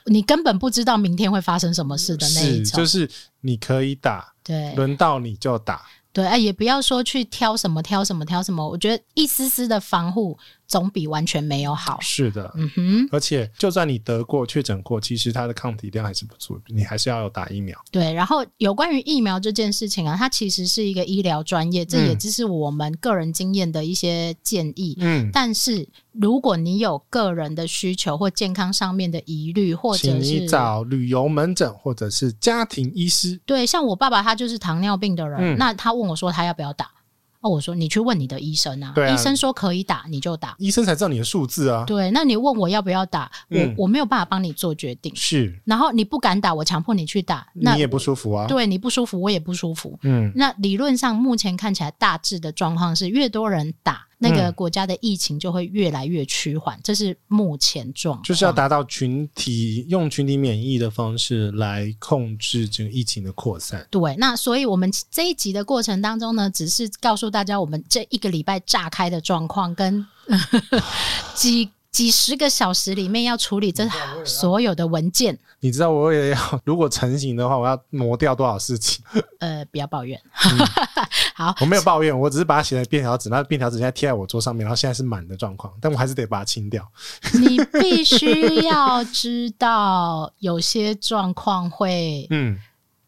Speaker 2: 你根本不知道明天会发生什么事的那一
Speaker 3: 是
Speaker 2: 种，
Speaker 3: 就是你可以打，
Speaker 2: 对
Speaker 3: 轮到你就打，
Speaker 2: 对，哎，也不要说去挑什么挑什么挑什么，我觉得一丝丝的防护总比完全没有好。
Speaker 3: 是的。
Speaker 2: 嗯哼，
Speaker 3: 而且，就算你得过、确诊过，其实它的抗体量还是不错，你还是要有打疫苗。
Speaker 2: 对。然后有关于疫苗这件事情啊，它其实是一个医疗专业，这
Speaker 3: 嗯
Speaker 2: 也只是我们个人经验的一些建议。
Speaker 3: 嗯，
Speaker 2: 但是如果你有个人的需求或健康上面的疑虑，或
Speaker 3: 请
Speaker 2: 者
Speaker 3: 你
Speaker 2: 是
Speaker 3: 找旅游门诊或者是家庭医师。
Speaker 2: 对，像我爸爸他就是糖尿病的人，
Speaker 3: 嗯
Speaker 2: 那他问我说他要不要打，哦，我说你去问你的医生啊，
Speaker 3: 对啊
Speaker 2: 医生说可以打你就打。
Speaker 3: 医生才知道你的数字啊。
Speaker 2: 对，那你问我要不要打，我、
Speaker 3: 嗯
Speaker 2: 我没有办法帮你做决定。
Speaker 3: 是，
Speaker 2: 然后你不敢打，我强迫你去打，那
Speaker 3: 你也不舒服啊。，
Speaker 2: 对你不舒服，我也不舒服。
Speaker 3: 嗯，
Speaker 2: 那理论上目前看起来，大致的状况是，越多人打，那
Speaker 3: 嗯
Speaker 2: 个国家的疫情就会越来越趋缓，这是目前状况。
Speaker 3: 就是要达到群体用群体免疫的方式来控制这个疫情的扩散。
Speaker 2: 对，那所以我们这一集的过程当中呢，只是告诉大家我们这一个礼拜炸开的状况， 跟几几十个小时里面要处理这所有的文件。
Speaker 3: 你知道我也要， 如果成型的话，我要挪掉多少事情？
Speaker 2: 呃，不要抱怨。好，
Speaker 3: 我没有抱怨，我只是把它写在便条纸，那便条纸现在贴在我桌上面，然后现在是满的状况，但我还是得把它清掉。
Speaker 2: 你必须要知道，有些状况会
Speaker 3: 嗯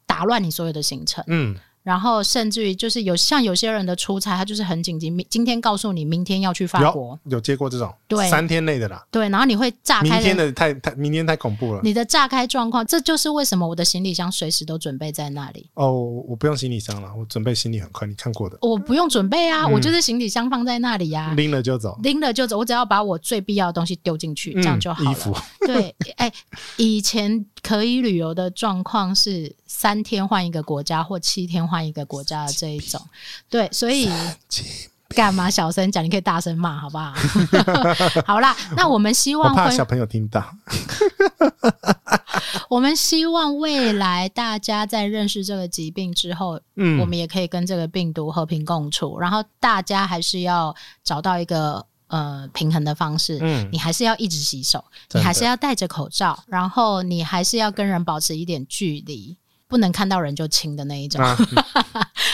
Speaker 2: 打乱你所有的行程。
Speaker 3: 嗯，
Speaker 2: 然后甚至于就是有像有些人的出差，他就是很紧急，明今天告诉你明天要去法
Speaker 3: 有
Speaker 2: 国，
Speaker 3: 有接过这种
Speaker 2: 对
Speaker 3: 三天内的啦，
Speaker 2: 对，然后你会炸
Speaker 3: 明
Speaker 2: 开
Speaker 3: 天的太太明天太恐怖了。
Speaker 2: 你的炸开状况，这就是为什么我的行李箱随时都准备在那里。
Speaker 3: 哦，我我不用行李箱了，我准备行李很快，你看过的，
Speaker 2: 我不用准备啊，
Speaker 3: 嗯
Speaker 2: 我就是行李箱放在那里呀、
Speaker 3: 拎了就走。
Speaker 2: 拎了就走，我只要把我最必要的东西丢进去，这样就好
Speaker 3: 嗯
Speaker 2: 了。
Speaker 3: 衣服
Speaker 2: 对，哎、以前可以旅游的状况是三天换一个国家或七天换一个国家的这 一种，对，所以干嘛小声讲？你可以大声骂，好 不好？好啦，那我们希
Speaker 3: 我
Speaker 2: 望
Speaker 3: 怕
Speaker 2: 会
Speaker 3: 小朋友听到。
Speaker 2: 我们希望未来大家在认识这个疾病之后，
Speaker 3: 嗯
Speaker 2: 我们也可以跟这个病毒和平共处。然后大家还是要找到一个呃平衡的方式。
Speaker 3: 嗯
Speaker 2: 你还是要一直洗手，
Speaker 3: 真的
Speaker 2: 你还是要戴着口罩，然后你还是要跟人保持一点距离，不能看到人就亲的那一种。
Speaker 3: 啊，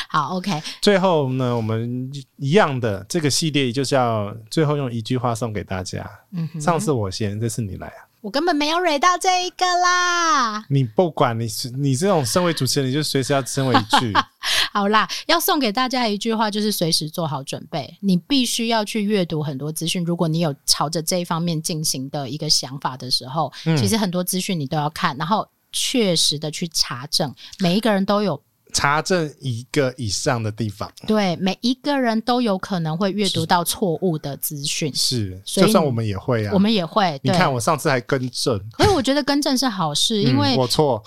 Speaker 2: 好，OK，
Speaker 3: 最后呢，我们一样的这个系列就是要最后用一句话送给大家。
Speaker 2: 嗯哼，
Speaker 3: 上次我先，这次你来啊！
Speaker 2: 我根本没有蕊到这一个啦。
Speaker 3: 你不管你是你这种身为主持人，你就随时要身为一句。
Speaker 2: 好啦，要送给大家一句话，就是随时做好准备。你必须要去阅读很多资讯。如果你有朝着这一方面进行的一个想法的时候，
Speaker 3: 嗯
Speaker 2: 其实很多资讯你都要看，然后确实的去查证。每一个人都有
Speaker 3: 查证一个以上的地方
Speaker 2: 对，每一个人都有可能会阅读到错误的资讯，
Speaker 3: 是，
Speaker 2: 所以
Speaker 3: 就算我们也会啊
Speaker 2: 我。们也会
Speaker 3: 你
Speaker 2: 对。
Speaker 3: 看我上次还更正，
Speaker 2: 所以我觉得更正是好事，因
Speaker 3: 嗯
Speaker 2: 为、
Speaker 3: 我错，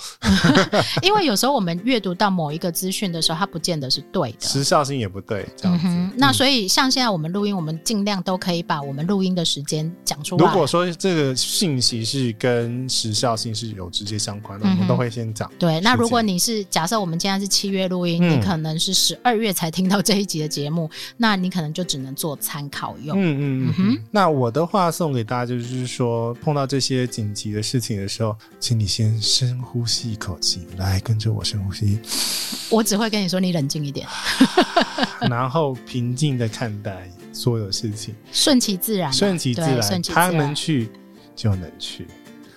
Speaker 2: 因为有时候我们阅读到某一个资讯的时候，它不见得是对的。
Speaker 3: 时效性也不对，这样
Speaker 2: 嗯
Speaker 3: 子。
Speaker 2: 哼，那所以像现在我们录音，我们尽量都可以把我们录音的时间讲出来。
Speaker 3: 如果说这个信息是跟时效性是有直接相关的，我
Speaker 2: 嗯哼
Speaker 3: 们都会先讲。
Speaker 2: 对，那
Speaker 3: 时间
Speaker 2: 如果你是假设我们现在是七月录音，
Speaker 3: 嗯
Speaker 2: 你可能是十二月才听到这一集的节目，那你可能就只能做参考用。
Speaker 3: 嗯嗯
Speaker 2: 嗯
Speaker 3: 嗯
Speaker 2: 哼。
Speaker 3: 那我的话送给大家就是说，碰到这些紧急的事情的时候，请你先深呼吸一口气，来跟着我深呼 吸，
Speaker 2: 我只会跟你说，你冷静一点，
Speaker 3: 然后平静的看待所有事情，
Speaker 2: 顺其自然啊、
Speaker 3: 顺其自
Speaker 2: 对
Speaker 3: 然，
Speaker 2: 顺其自
Speaker 3: 他
Speaker 2: 然。
Speaker 3: 能去就能去，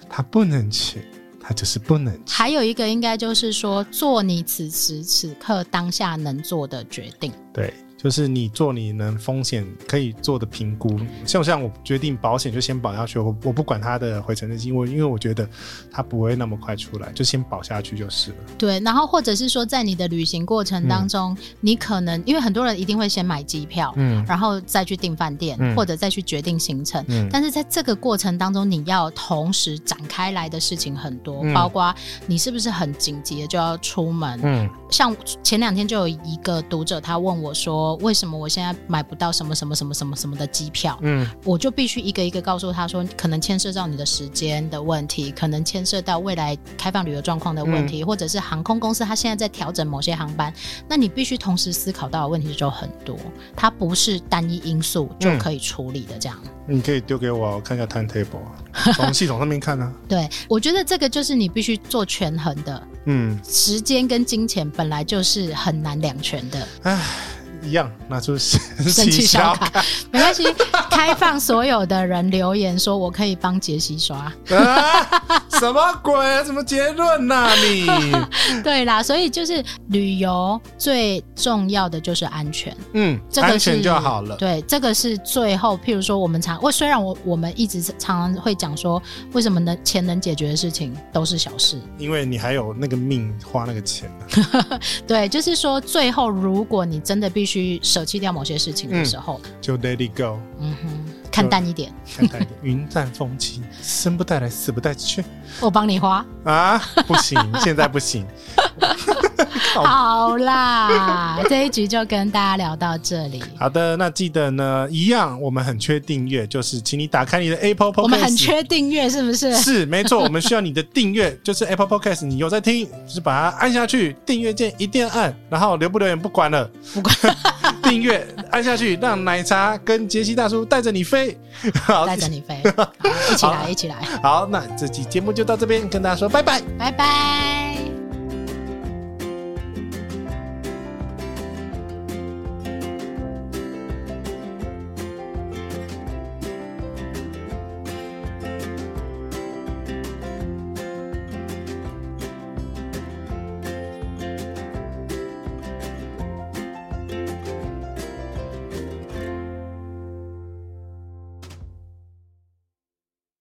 Speaker 3: 他不能去，他就是不能去。
Speaker 2: 还有一个应该就是说，做你此时此刻当下能做的决定。
Speaker 3: 对，就是你做你能风险可以做的评估，像像我决定保险就先保下去，我我不管它的回程日期，因为因为我觉得它不会那么快出来，就先保下去就是了。
Speaker 2: 对，然后或者是说，在你的旅行过程当中，你可能因为很多人一定会先买机票，
Speaker 3: 嗯
Speaker 2: 然后再去订饭店，
Speaker 3: 嗯
Speaker 2: 或者再去决定行程。
Speaker 3: 嗯
Speaker 2: 但是在这个过程当中，你要同时展开来的事情很多，
Speaker 3: 嗯
Speaker 2: 包括你是不是很紧急的就要出门。
Speaker 3: 嗯
Speaker 2: 像前两天就有一个读者他问我说，为什么我现在买不到什么什么什么什么什么的机票？
Speaker 3: 嗯
Speaker 2: 我就必须一个一个告诉他说，可能牵涉到你的时间的问题，可能牵涉到未来开放旅游状况的问
Speaker 3: 嗯
Speaker 2: 题，或者是航空公司它现在在调整某些航班，那你必须同时思考到的问题就很多，它不是单一因素
Speaker 3: 嗯
Speaker 2: 就可以处理的这样。
Speaker 3: 你可以丢给我，我看一下 timetable，啊 从系统上面看啊。
Speaker 2: 对，我觉得这个就是你必须做权衡的，
Speaker 3: 嗯，
Speaker 2: 时间跟金钱本来就是很难两 全的。
Speaker 3: 嗯一样，拿出神
Speaker 2: 生气
Speaker 3: 奇小
Speaker 2: 小卡，没关系，开放所有的人留言说我可以帮杰 西刷。
Speaker 3: 啊，什么鬼？什么结论呐、 你？
Speaker 2: 嗯对啦，所以就是旅游最重要的就是安全，
Speaker 3: 嗯，
Speaker 2: 这个是
Speaker 3: 安全就好了。
Speaker 2: 对，这个是最后。譬如说，我们常我虽然我我们一直常常会讲说，为什么能钱能解决的事情都是小事。
Speaker 3: 因为你还有那个命花那个钱啊、
Speaker 2: 对，就是说，最后如果你真的必须舍弃掉某些事情
Speaker 3: 嗯
Speaker 2: 的时候，
Speaker 3: 就 let it go。
Speaker 2: 嗯哼，看淡一点，
Speaker 3: 看待一点云淡风轻，生不带来，死不带去
Speaker 2: 我帮你花。
Speaker 3: 啊！不行，现在不 行。好
Speaker 2: 好啦， 这一局就跟大家聊到这里。
Speaker 3: 好的，那记得呢，一样，我们很缺订阅，就是请你打开你的 Apple Podcast，
Speaker 2: 我们很缺订阅，是不是？
Speaker 3: 是没错，我们需要你的订阅，就是 Apple Podcast，你有在听，就是把它按下去，订阅键一定要按，然后留不留言不管了，不管， 订阅按下去，让奶茶跟杰西大叔带着你飞，好
Speaker 2: 带着你飞，好一起来，一起来，
Speaker 3: 好，那这期节目就到这边，跟大家说拜拜。
Speaker 2: 拜拜。